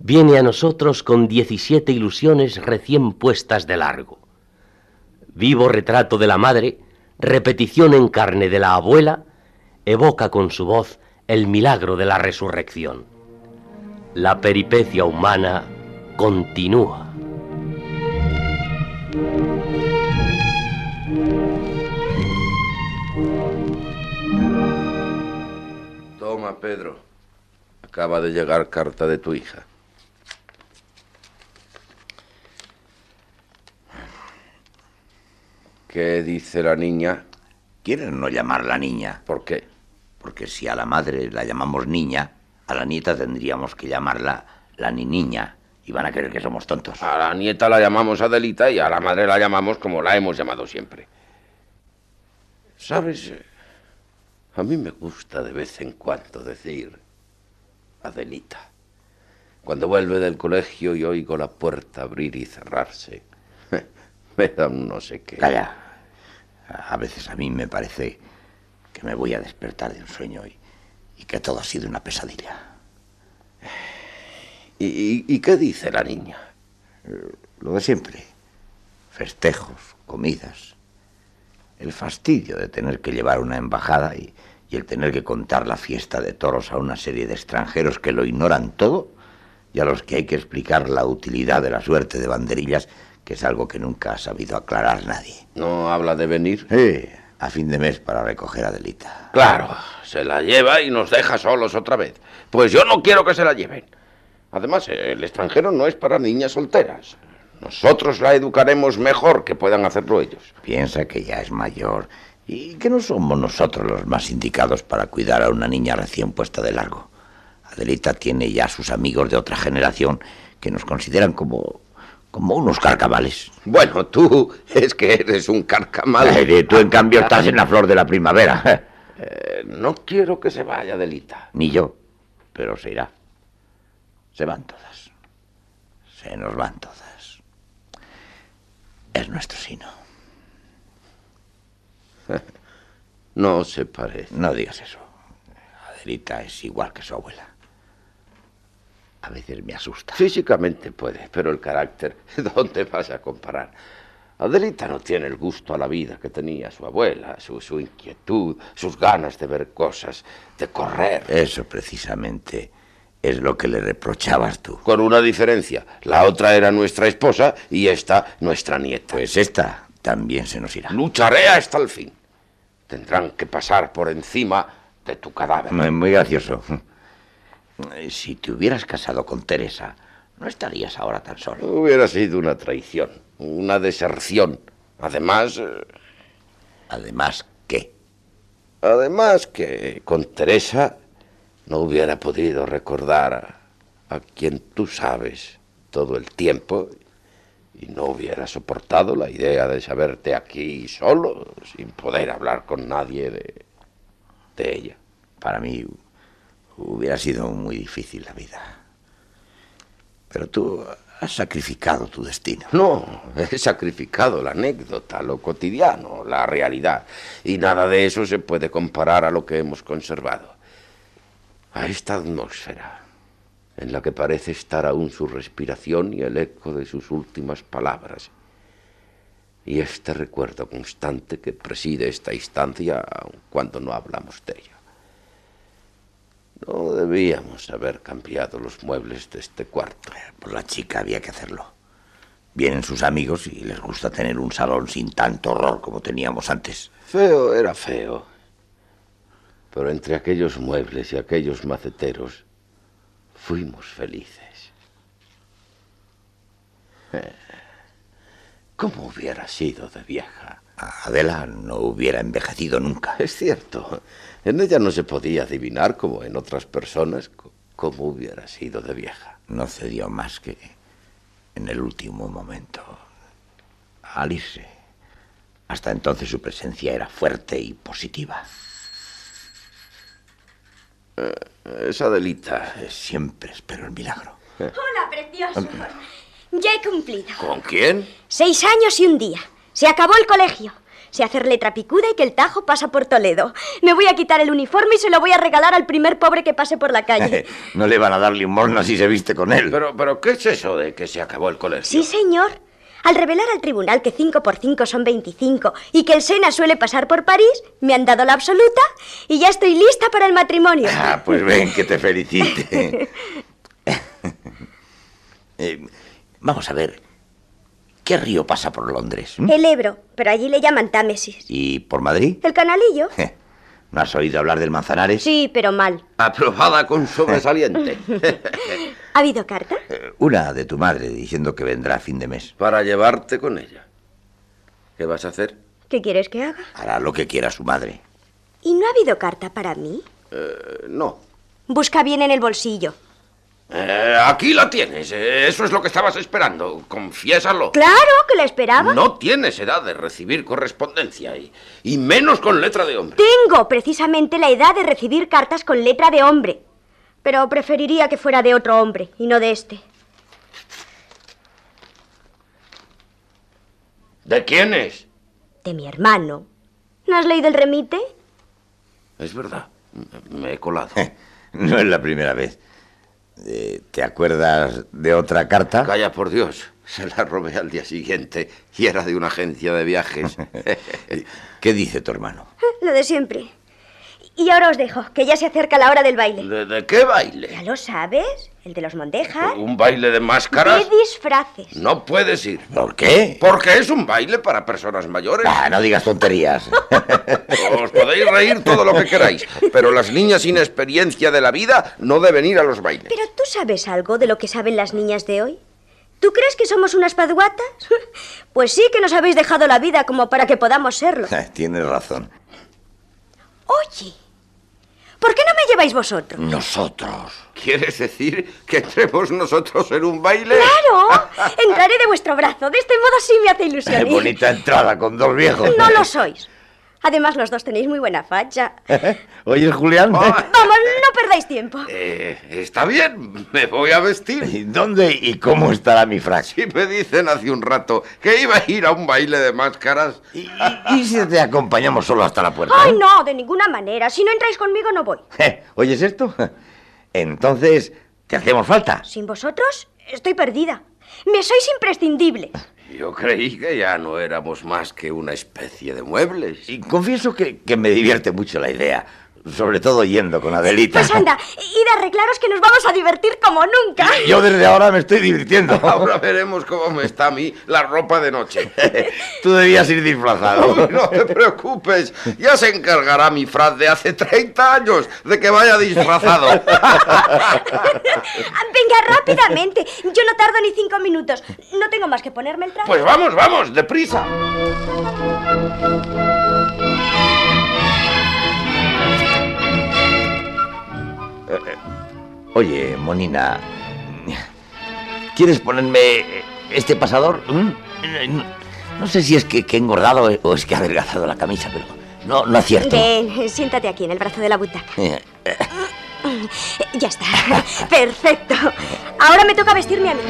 [SPEAKER 9] viene a nosotros con 17 ilusiones recién puestas de largo. Vivo retrato de la madre, repetición en carne de la abuela, evoca con su voz el milagro de la resurrección. La peripecia humana continúa.
[SPEAKER 8] Toma, Pedro. Acaba de llegar carta de tu hija. ¿Qué dice la niña?
[SPEAKER 10] Quieren no llamarla niña.
[SPEAKER 8] ¿Por qué?
[SPEAKER 10] Porque si a la madre la llamamos niña, a la nieta tendríamos que llamarla la ni niña. Y van a creer que somos tontos.
[SPEAKER 8] A la nieta la llamamos Adelita y a la madre la llamamos como la hemos llamado siempre. ¿Sabes? A mí me gusta de vez en cuando decir Adelita. Cuando vuelve del colegio y oigo la puerta abrir y cerrarse, me da un no sé qué.
[SPEAKER 10] Calla. A veces a mí me parece que me voy a despertar de un sueño y, y que todo ha sido una pesadilla.
[SPEAKER 8] ¿Y, y, y qué dice la niña?
[SPEAKER 10] Lo de siempre. Festejos, comidas, el fastidio de tener que llevar una embajada y, y, el tener que contar la fiesta de toros a una serie de extranjeros que lo ignoran todo y a los que hay que explicar la utilidad de la suerte de banderillas, que es algo que nunca ha sabido aclarar nadie.
[SPEAKER 8] ¿No habla de venir?
[SPEAKER 10] Sí, a fin de mes para recoger a Delita.
[SPEAKER 8] Claro, se la lleva y nos deja solos otra vez. Pues yo no quiero que se la lleven. Además, el extranjero no es para niñas solteras. Nosotros la educaremos mejor que puedan hacerlo ellos.
[SPEAKER 10] Piensa que ya es mayor y que no somos nosotros los más indicados para cuidar a una niña recién puesta de largo. Adelita tiene ya sus amigos de otra generación que nos consideran como como unos carcamales.
[SPEAKER 8] Bueno, tú es que eres un carcamal.
[SPEAKER 10] Ay, tú en cambio estás en la flor de la primavera.
[SPEAKER 8] Eh, no quiero que se vaya Adelita.
[SPEAKER 10] Ni yo, pero se irá. Se van todas. Se nos van todas es nuestro sino.
[SPEAKER 8] No se parece.
[SPEAKER 10] No digas eso. Adelita es igual que su abuela. A veces me asusta.
[SPEAKER 8] Físicamente puede, pero el carácter, ¿dónde vas a comparar? Adelita no tiene el gusto a la vida que tenía su abuela, su, su inquietud, sus ganas de ver cosas, de correr.
[SPEAKER 10] Eso precisamente Es lo que le reprochabas tú.
[SPEAKER 8] Con una diferencia. La otra era nuestra esposa y esta nuestra nieta.
[SPEAKER 10] Pues esta también se nos irá.
[SPEAKER 8] Lucharé hasta el fin. Tendrán que pasar por encima de tu cadáver.
[SPEAKER 10] Es muy gracioso. Si te hubieras casado con Teresa, no estarías ahora tan solo.
[SPEAKER 8] Hubiera sido una traición, una deserción. Además, eh,
[SPEAKER 10] Además, ¿qué?
[SPEAKER 8] además que con Teresa no hubiera podido recordar a- a quien tú sabes todo el tiempo y no hubiera soportado la idea de saberte aquí solo, sin poder hablar con nadie de, de ella.
[SPEAKER 10] Para mí hubiera sido muy difícil la vida. Pero tú has sacrificado tu destino.
[SPEAKER 8] No, he sacrificado la anécdota, lo cotidiano, la realidad. Y nada de eso se puede comparar a lo que hemos conservado. A esta atmósfera, en la que parece estar aún su respiración y el eco de sus últimas palabras. Y este recuerdo constante que preside esta instancia aun cuando no hablamos de ella. No debíamos haber cambiado los muebles de este cuarto.
[SPEAKER 10] Por la chica había que hacerlo. Vienen sus amigos y les gusta tener un salón sin tanto horror como teníamos antes.
[SPEAKER 8] Feo era feo. Pero entre aquellos muebles y aquellos maceteros fuimos felices. Eh, ¿Cómo hubiera sido de vieja?
[SPEAKER 10] A Adela no hubiera envejecido nunca.
[SPEAKER 8] Es cierto, en ella no se podía adivinar como en otras personas co- cómo hubiera sido de vieja.
[SPEAKER 10] No cedió más que en el último momento. Al irse. Hasta entonces su presencia era fuerte y positiva.
[SPEAKER 8] Esa delita.
[SPEAKER 10] Siempre espero el milagro.
[SPEAKER 12] Hola, preciosos. Ya he cumplido.
[SPEAKER 8] ¿Con quién?
[SPEAKER 12] Seis años y un día. Se acabó el colegio. Sé hacer letra picuda y que el Tajo pasa por Toledo. Me voy a quitar el uniforme y se lo voy a regalar al primer pobre que pase por la calle.
[SPEAKER 10] No le van a dar limosna si se viste con él.
[SPEAKER 8] Pero, pero, ¿qué es eso de que se acabó el colegio?
[SPEAKER 12] Sí, señor. Al revelar al tribunal que 5 por 5 son 25 y que el Sena suele pasar por París, me han dado la absoluta y ya estoy lista para el matrimonio.
[SPEAKER 10] Ah, pues ven, que te felicite. Eh, vamos a ver. ¿Qué río pasa por Londres? m?
[SPEAKER 12] El Ebro, pero allí le llaman Támesis.
[SPEAKER 10] ¿Y por Madrid?
[SPEAKER 12] ¿Eh? ¿El canalillo?
[SPEAKER 10] Je, ¿No has oído hablar del Manzanares?
[SPEAKER 12] Sí, pero mal.
[SPEAKER 8] Aprobada con sobresaliente.
[SPEAKER 12] ¿Ha habido carta?
[SPEAKER 10] Eh, Una de tu madre diciendo que vendrá a fin de mes.
[SPEAKER 8] Para llevarte con ella. ¿Qué vas a hacer?
[SPEAKER 12] ¿Qué quieres que haga?
[SPEAKER 10] Hará lo que quiera su madre.
[SPEAKER 12] ¿Y no ha habido carta para mí?
[SPEAKER 8] Eh, no,
[SPEAKER 12] Busca bien en el bolsillo.
[SPEAKER 8] Eh, aquí la tienes. eh, Eso es lo que estabas esperando. Confiésalo.
[SPEAKER 12] Claro que la esperaba.
[SPEAKER 8] No tienes edad de recibir correspondencia y, y menos con letra de hombre.
[SPEAKER 12] Tengo precisamente la edad de recibir cartas con letra de hombre. Pero preferiría que fuera de otro hombre y no de este.
[SPEAKER 8] ¿De quién es?
[SPEAKER 12] De mi hermano. ¿No has leído el remite?
[SPEAKER 8] Es verdad. me- Me he colado.
[SPEAKER 10] Eh. No es la primera vez. Eh, ¿Te acuerdas de otra carta?
[SPEAKER 8] Calla por Dios. Se la robé al día siguiente y era de una agencia de viajes.
[SPEAKER 10] ¿Qué dice tu hermano?
[SPEAKER 12] Lo de siempre. Y ahora os dejo, que ya se acerca la hora del baile.
[SPEAKER 8] ¿De, de qué
[SPEAKER 12] ¿Ya
[SPEAKER 8] baile?
[SPEAKER 12] lo sabes? El de los mondejas.
[SPEAKER 8] ¿Un baile de máscaras?
[SPEAKER 12] De disfraces.
[SPEAKER 8] No puedes ir.
[SPEAKER 10] ¿Por qué?
[SPEAKER 8] Porque es un baile para personas mayores.
[SPEAKER 10] Ah, no digas tonterías.
[SPEAKER 8] Os podéis reír todo lo que queráis, pero las niñas sin experiencia de la vida no deben ir a los bailes.
[SPEAKER 12] Pero tú sabes algo de lo que saben las niñas de hoy. ¿Tú crees que somos unas paduatas? Pues sí que nos habéis dejado la vida como para que podamos serlo.
[SPEAKER 10] Tienes razón.
[SPEAKER 12] Oye, ¿por qué no me lleváis vosotros?
[SPEAKER 10] Nosotros.
[SPEAKER 8] ¿Quieres decir que entremos nosotros en un baile?
[SPEAKER 12] ¡Claro! Entraré de vuestro brazo. De este modo sí me hace
[SPEAKER 10] Qué
[SPEAKER 12] ilusión.
[SPEAKER 10] bonita entrada con dos viejos.
[SPEAKER 12] No lo sois. Además, los dos tenéis muy buena facha.
[SPEAKER 10] ¿Oyes, Julián?
[SPEAKER 8] Ah,
[SPEAKER 12] Vamos, no perdáis tiempo.
[SPEAKER 8] eh, está bien, me voy a vestir.
[SPEAKER 10] ¿Y ¿Dónde y cómo estará mi frase?
[SPEAKER 8] Si me dicen hace un rato que iba a ir a un baile de máscaras,
[SPEAKER 10] ¿Y, y- y si te acompañamos solo hasta la puerta?
[SPEAKER 12] ¡Ay, no! De ninguna manera. Si no entráis conmigo, no voy.
[SPEAKER 10] Eh, ¿Oyes esto? Entonces, ¿te hacemos falta?
[SPEAKER 12] Sin vosotros, estoy perdida. Me sois imprescindibles.
[SPEAKER 8] yo creí que ya no éramos más que una especie de muebles.
[SPEAKER 10] Y confieso que, que me divierte mucho la idea. Sobre todo yendo con Adelita.
[SPEAKER 12] Pues anda, id a arreglaros que nos vamos a divertir como nunca.
[SPEAKER 10] Yo desde ahora me estoy divirtiendo.
[SPEAKER 8] Ahora veremos cómo me está a mí la ropa de noche.
[SPEAKER 10] Tú debías ir disfrazado.
[SPEAKER 8] Uy, no te preocupes, ya se encargará mi Fran de hace 30 años de que vaya disfrazado.
[SPEAKER 12] Ah, Venga, rápidamente. Yo no tardo ni cinco minutos. No tengo más que ponerme el traje.
[SPEAKER 8] Pues vamos, vamos, deprisa.
[SPEAKER 10] Eh, eh, Oye, Monina, ¿quieres ponerme este pasador? ¿Mm? Eh, no- No sé si es que, que he engordado o es que he adelgazado la camisa, pero no, no acierto.
[SPEAKER 12] Ven, siéntate aquí en el brazo de la butaca.
[SPEAKER 10] Eh,
[SPEAKER 12] Ya está. Perfecto. Ahora me toca vestirme a mí.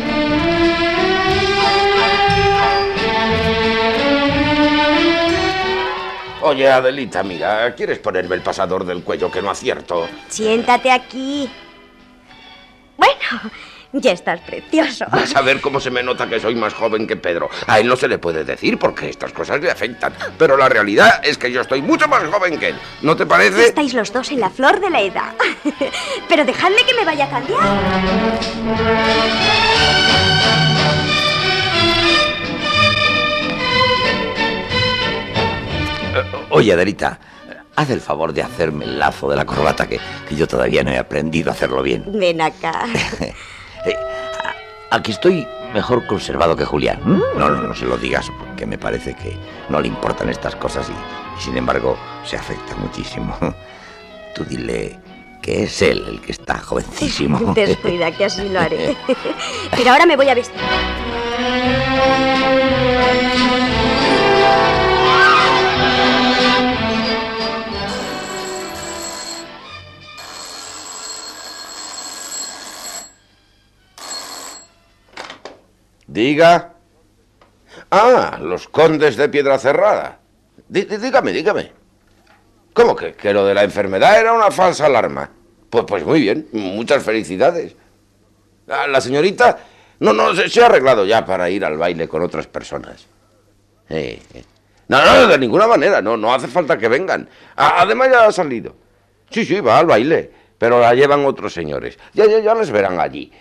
[SPEAKER 8] Oye, Adelita, mira, ¿quieres ponerme el pasador del cuello que no acierto?
[SPEAKER 12] Siéntate aquí. Bueno, ya estás precioso.
[SPEAKER 8] Vas a ver cómo se me nota que soy más joven que Pedro. A él no se le puede decir porque estas cosas le afectan. Pero la realidad es que yo estoy mucho más joven que él. ¿No te parece?
[SPEAKER 12] Estáis los dos en la flor de la edad. Pero dejadme que me vaya a cambiar.
[SPEAKER 10] Oye, Adelita, haz el favor de hacerme el lazo de la corbata, que, que yo todavía no he aprendido a hacerlo bien.
[SPEAKER 12] Ven acá.
[SPEAKER 10] Aquí estoy mejor conservado que Julián. ¿Mm? No, no, no se lo digas, porque me parece que no le importan estas cosas y, y sin embargo, se afecta muchísimo. Tú dile que es él el que está jovencísimo.
[SPEAKER 12] Descuida, que así lo haré. Pero ahora me voy a vestir.
[SPEAKER 8] Diga. Ah, los condes de Piedra Cerrada. Dí- dí- dígame, dígame. ¿Cómo que, que lo de la enfermedad era una falsa alarma? Pues, pues muy bien, muchas felicidades. Ah, La señorita, no, no, se, se ha arreglado ya para ir al baile con otras personas. Eh, eh. No, no, de ninguna manera, no, no hace falta que vengan. A- además ya ha salido. Sí, sí, va al baile, pero la llevan otros señores. Ya, ya, ya les verán allí.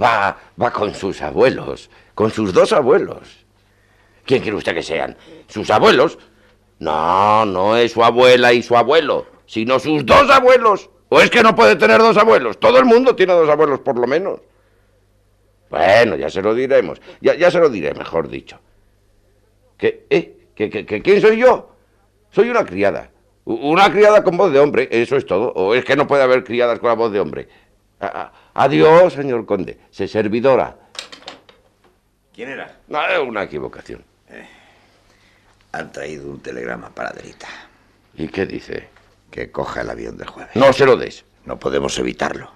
[SPEAKER 8] Va, va con sus abuelos, con sus dos abuelos. ¿Quién quiere usted que sean? ¿Sus abuelos? No, no es su abuela y su abuelo, sino sus dos abuelos. ¿O es que no puede tener dos abuelos? Todo el mundo tiene dos abuelos por lo menos. Bueno, ya se lo diremos. Ya, ya se lo diré, mejor dicho. ¿Qué, eh? ¿Qué, qué, qué- quién soy yo? Soy una criada. U- Una criada con voz de hombre, eso es todo. ¿O es que no puede haber criadas con la voz de hombre? A- a- adiós, señor conde. Se servidora.
[SPEAKER 10] ¿Quién era?
[SPEAKER 8] No, es una equivocación.
[SPEAKER 10] Han traído un telegrama para Adelita.
[SPEAKER 8] ¿Y qué dice?
[SPEAKER 10] Que coja el avión del jueves.
[SPEAKER 8] No se lo des.
[SPEAKER 10] No podemos evitarlo.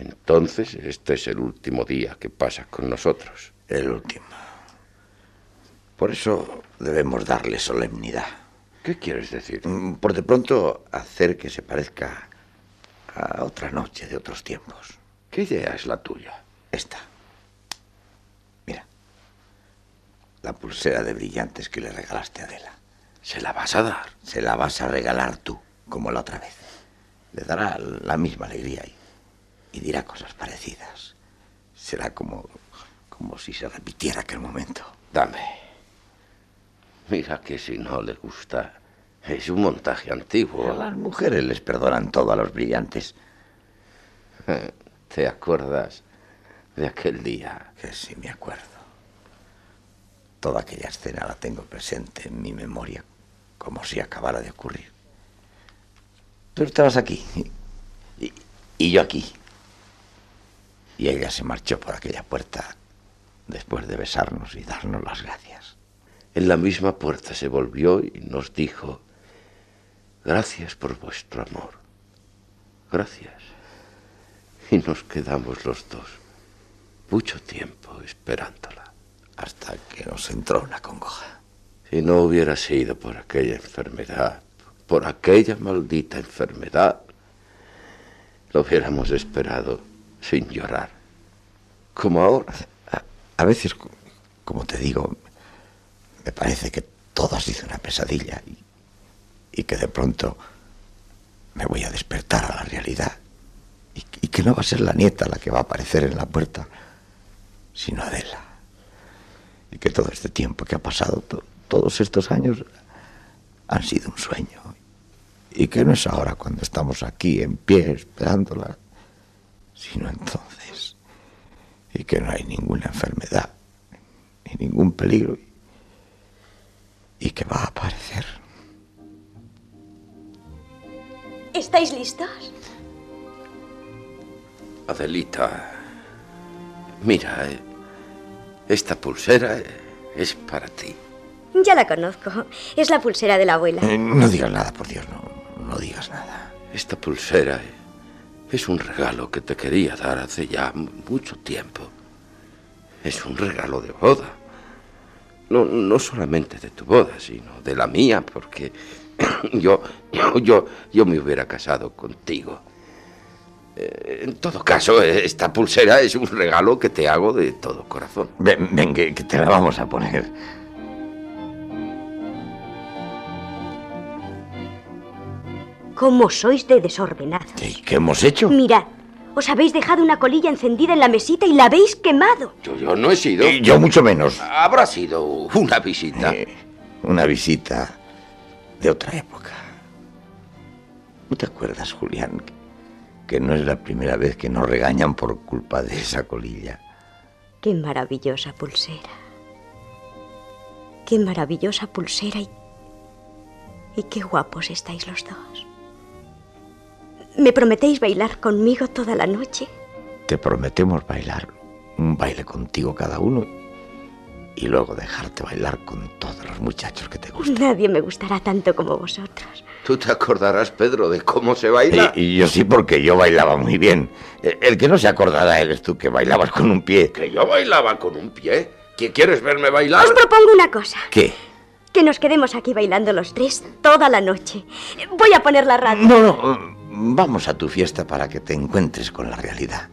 [SPEAKER 8] Entonces, este es el último día que pasa con nosotros.
[SPEAKER 10] El último. Por eso debemos darle solemnidad.
[SPEAKER 8] ¿Qué quieres decir?
[SPEAKER 10] Mm, Por de pronto hacer que se parezca a otra noche de otros tiempos.
[SPEAKER 8] ¿Qué idea es la tuya?
[SPEAKER 10] Esta. Mira. La pulsera de brillantes que le regalaste a Adela.
[SPEAKER 8] ¿Se la vas a dar?
[SPEAKER 10] Se la vas a regalar tú, como la otra vez. Le dará la misma alegría y, y dirá cosas parecidas. Será como, como si se repitiera aquel momento.
[SPEAKER 8] Dame. Mira que si no le gusta, es un montaje
[SPEAKER 10] A
[SPEAKER 8] antiguo.
[SPEAKER 10] las mujeres les perdonan todo a los brillantes.
[SPEAKER 8] ¿Te acuerdas de aquel día?
[SPEAKER 10] Que sí me acuerdo. Toda aquella escena la tengo presente en mi memoria, como si acabara de ocurrir. Tú estabas aquí y, y yo aquí. Y ella se marchó por aquella puerta después de besarnos y darnos las gracias.
[SPEAKER 8] En la misma puerta se volvió y nos dijo, gracias por vuestro amor. Gracias. Y nos quedamos los dos mucho tiempo esperándola.
[SPEAKER 10] Hasta que nos entró una congoja.
[SPEAKER 8] Si no hubiera sido por aquella enfermedad, por aquella maldita enfermedad, lo hubiéramos esperado sin llorar. Como ahora.
[SPEAKER 10] A veces, co- como te digo, me parece que todo ha sido una pesadilla y, y que de pronto me voy a despertar a la realidad. Y, y que no va a ser la nieta la que va a aparecer en la puerta, sino Adela. Y que todo este tiempo que ha pasado, to- todos estos años, han sido un sueño. Y que no es ahora cuando estamos aquí en pie esperándola, sino entonces. Y que no hay ninguna enfermedad, ni ningún peligro. Y que va a aparecer.
[SPEAKER 12] ¿Estáis listos?
[SPEAKER 8] Adelita, mira, eh, esta pulsera eh, es para ti.
[SPEAKER 12] Ya la conozco. Es la pulsera de la abuela.
[SPEAKER 10] Eh, no digas nada, por Dios, no, no digas nada.
[SPEAKER 8] Esta pulsera eh, es un regalo que te quería dar hace ya mu- mucho tiempo. Es un regalo de boda. No, no solamente de tu boda, sino de la mía, porque yo, yo, yo, yo me hubiera casado contigo. Eh, En todo caso, eh, esta pulsera es un regalo que te hago de todo corazón.
[SPEAKER 10] Ven, ven, que, que te la vamos a poner.
[SPEAKER 12] ¿Cómo sois de desordenados?
[SPEAKER 10] ¿Y qué hemos hecho?
[SPEAKER 12] Mirad, os habéis dejado una colilla encendida en la mesita y la habéis quemado.
[SPEAKER 8] Yo, yo Ah, no he sido.
[SPEAKER 10] yo mucho menos. Eh,
[SPEAKER 8] Habrá sido una visita.
[SPEAKER 10] Una visita de otra época. ¿No te acuerdas, Julián, que- que no es la primera vez que nos regañan por culpa de esa colilla?
[SPEAKER 12] Qué maravillosa pulsera. Qué maravillosa pulsera y... Y qué guapos estáis los dos. ¿Me prometéis bailar conmigo toda la noche?
[SPEAKER 10] Te prometemos bailar un baile contigo cada uno y luego dejarte bailar con todos los muchachos que te gustan.
[SPEAKER 12] Nadie me gustará tanto como vosotros.
[SPEAKER 8] Tú te acordarás, Pedro, de cómo se baila.
[SPEAKER 10] Y, y yo sí, porque yo bailaba muy bien. Eh, El que no se acordará eres tú, que bailabas con un pie.
[SPEAKER 8] Que yo bailaba con un pie. ¿Qui- ¿Quieres verme bailar?
[SPEAKER 12] Os propongo una cosa.
[SPEAKER 10] ¿Qué?
[SPEAKER 12] Que nos quedemos aquí bailando los tres toda la noche. Voy a poner la radio.
[SPEAKER 10] No, no, eh, vamos a tu fiesta para que te encuentres con la realidad.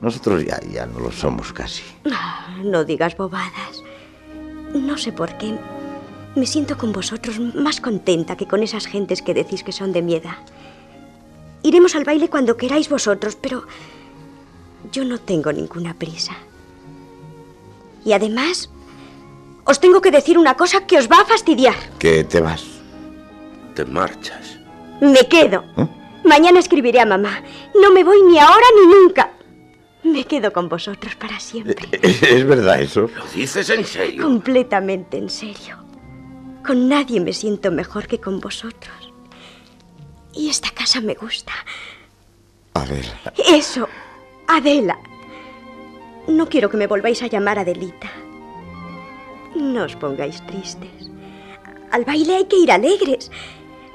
[SPEAKER 10] Nosotros ya, ya no lo somos casi.
[SPEAKER 12] Ah, No digas bobadas. No sé por qué. Me siento con vosotros más contenta que con esas gentes que decís que son de mi edad. Iremos al baile cuando queráis vosotros, pero yo no tengo ninguna prisa. Y además, os tengo que decir una cosa que os va a fastidiar.
[SPEAKER 10] Que te vas.
[SPEAKER 8] Te marchas.
[SPEAKER 12] Me quedo. Mañana escribiré a mamá. No me voy ni ahora ni nunca. Me quedo con vosotros para siempre.
[SPEAKER 10] ¿Es verdad eso?
[SPEAKER 8] ¿Lo dices en serio?
[SPEAKER 12] Completamente en serio. Con nadie me siento mejor que con vosotros. Y esta casa me gusta.
[SPEAKER 10] A ver.
[SPEAKER 12] Eso, Adela. No quiero que me volváis a llamar Adelita. No os pongáis tristes. Al baile hay que ir alegres.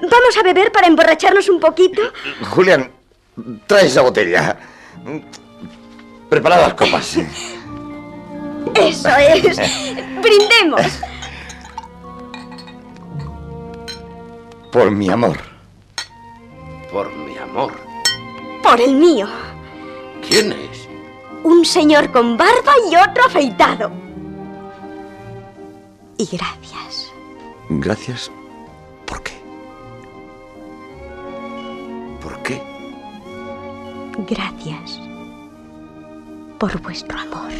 [SPEAKER 12] Vamos a beber para emborracharnos un poquito.
[SPEAKER 10] Julián, trae esa botella. Prepara las copas.
[SPEAKER 12] Eso es. Brindemos.
[SPEAKER 10] Por mi amor.
[SPEAKER 8] Por mi amor.
[SPEAKER 12] Por el mío.
[SPEAKER 8] ¿Quién es?
[SPEAKER 12] Un señor con barba y otro afeitado. Y gracias.
[SPEAKER 10] Gracias.
[SPEAKER 8] ¿Por qué?
[SPEAKER 12] Gracias por vuestro amor.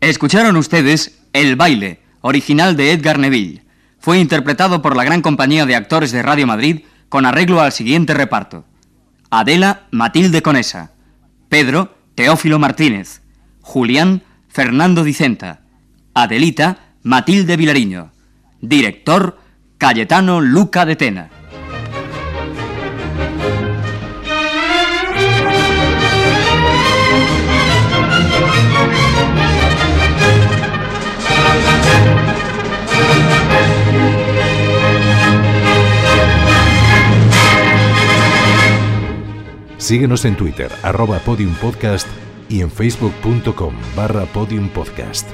[SPEAKER 4] Escucharon ustedes El baile, original de Edgar Neville. Fue interpretado por la gran compañía de actores de Radio Madrid con arreglo al siguiente reparto. Adela, Matilde Conesa. Pedro, Teófilo Martínez. Julián, Fernando Dicenta. Adelita, Matilde Vilariño. Director, Cayetano Luca de Tena.
[SPEAKER 2] Síguenos en Twitter, arroba podiumpodcast y en facebook.com barra podiumpodcast.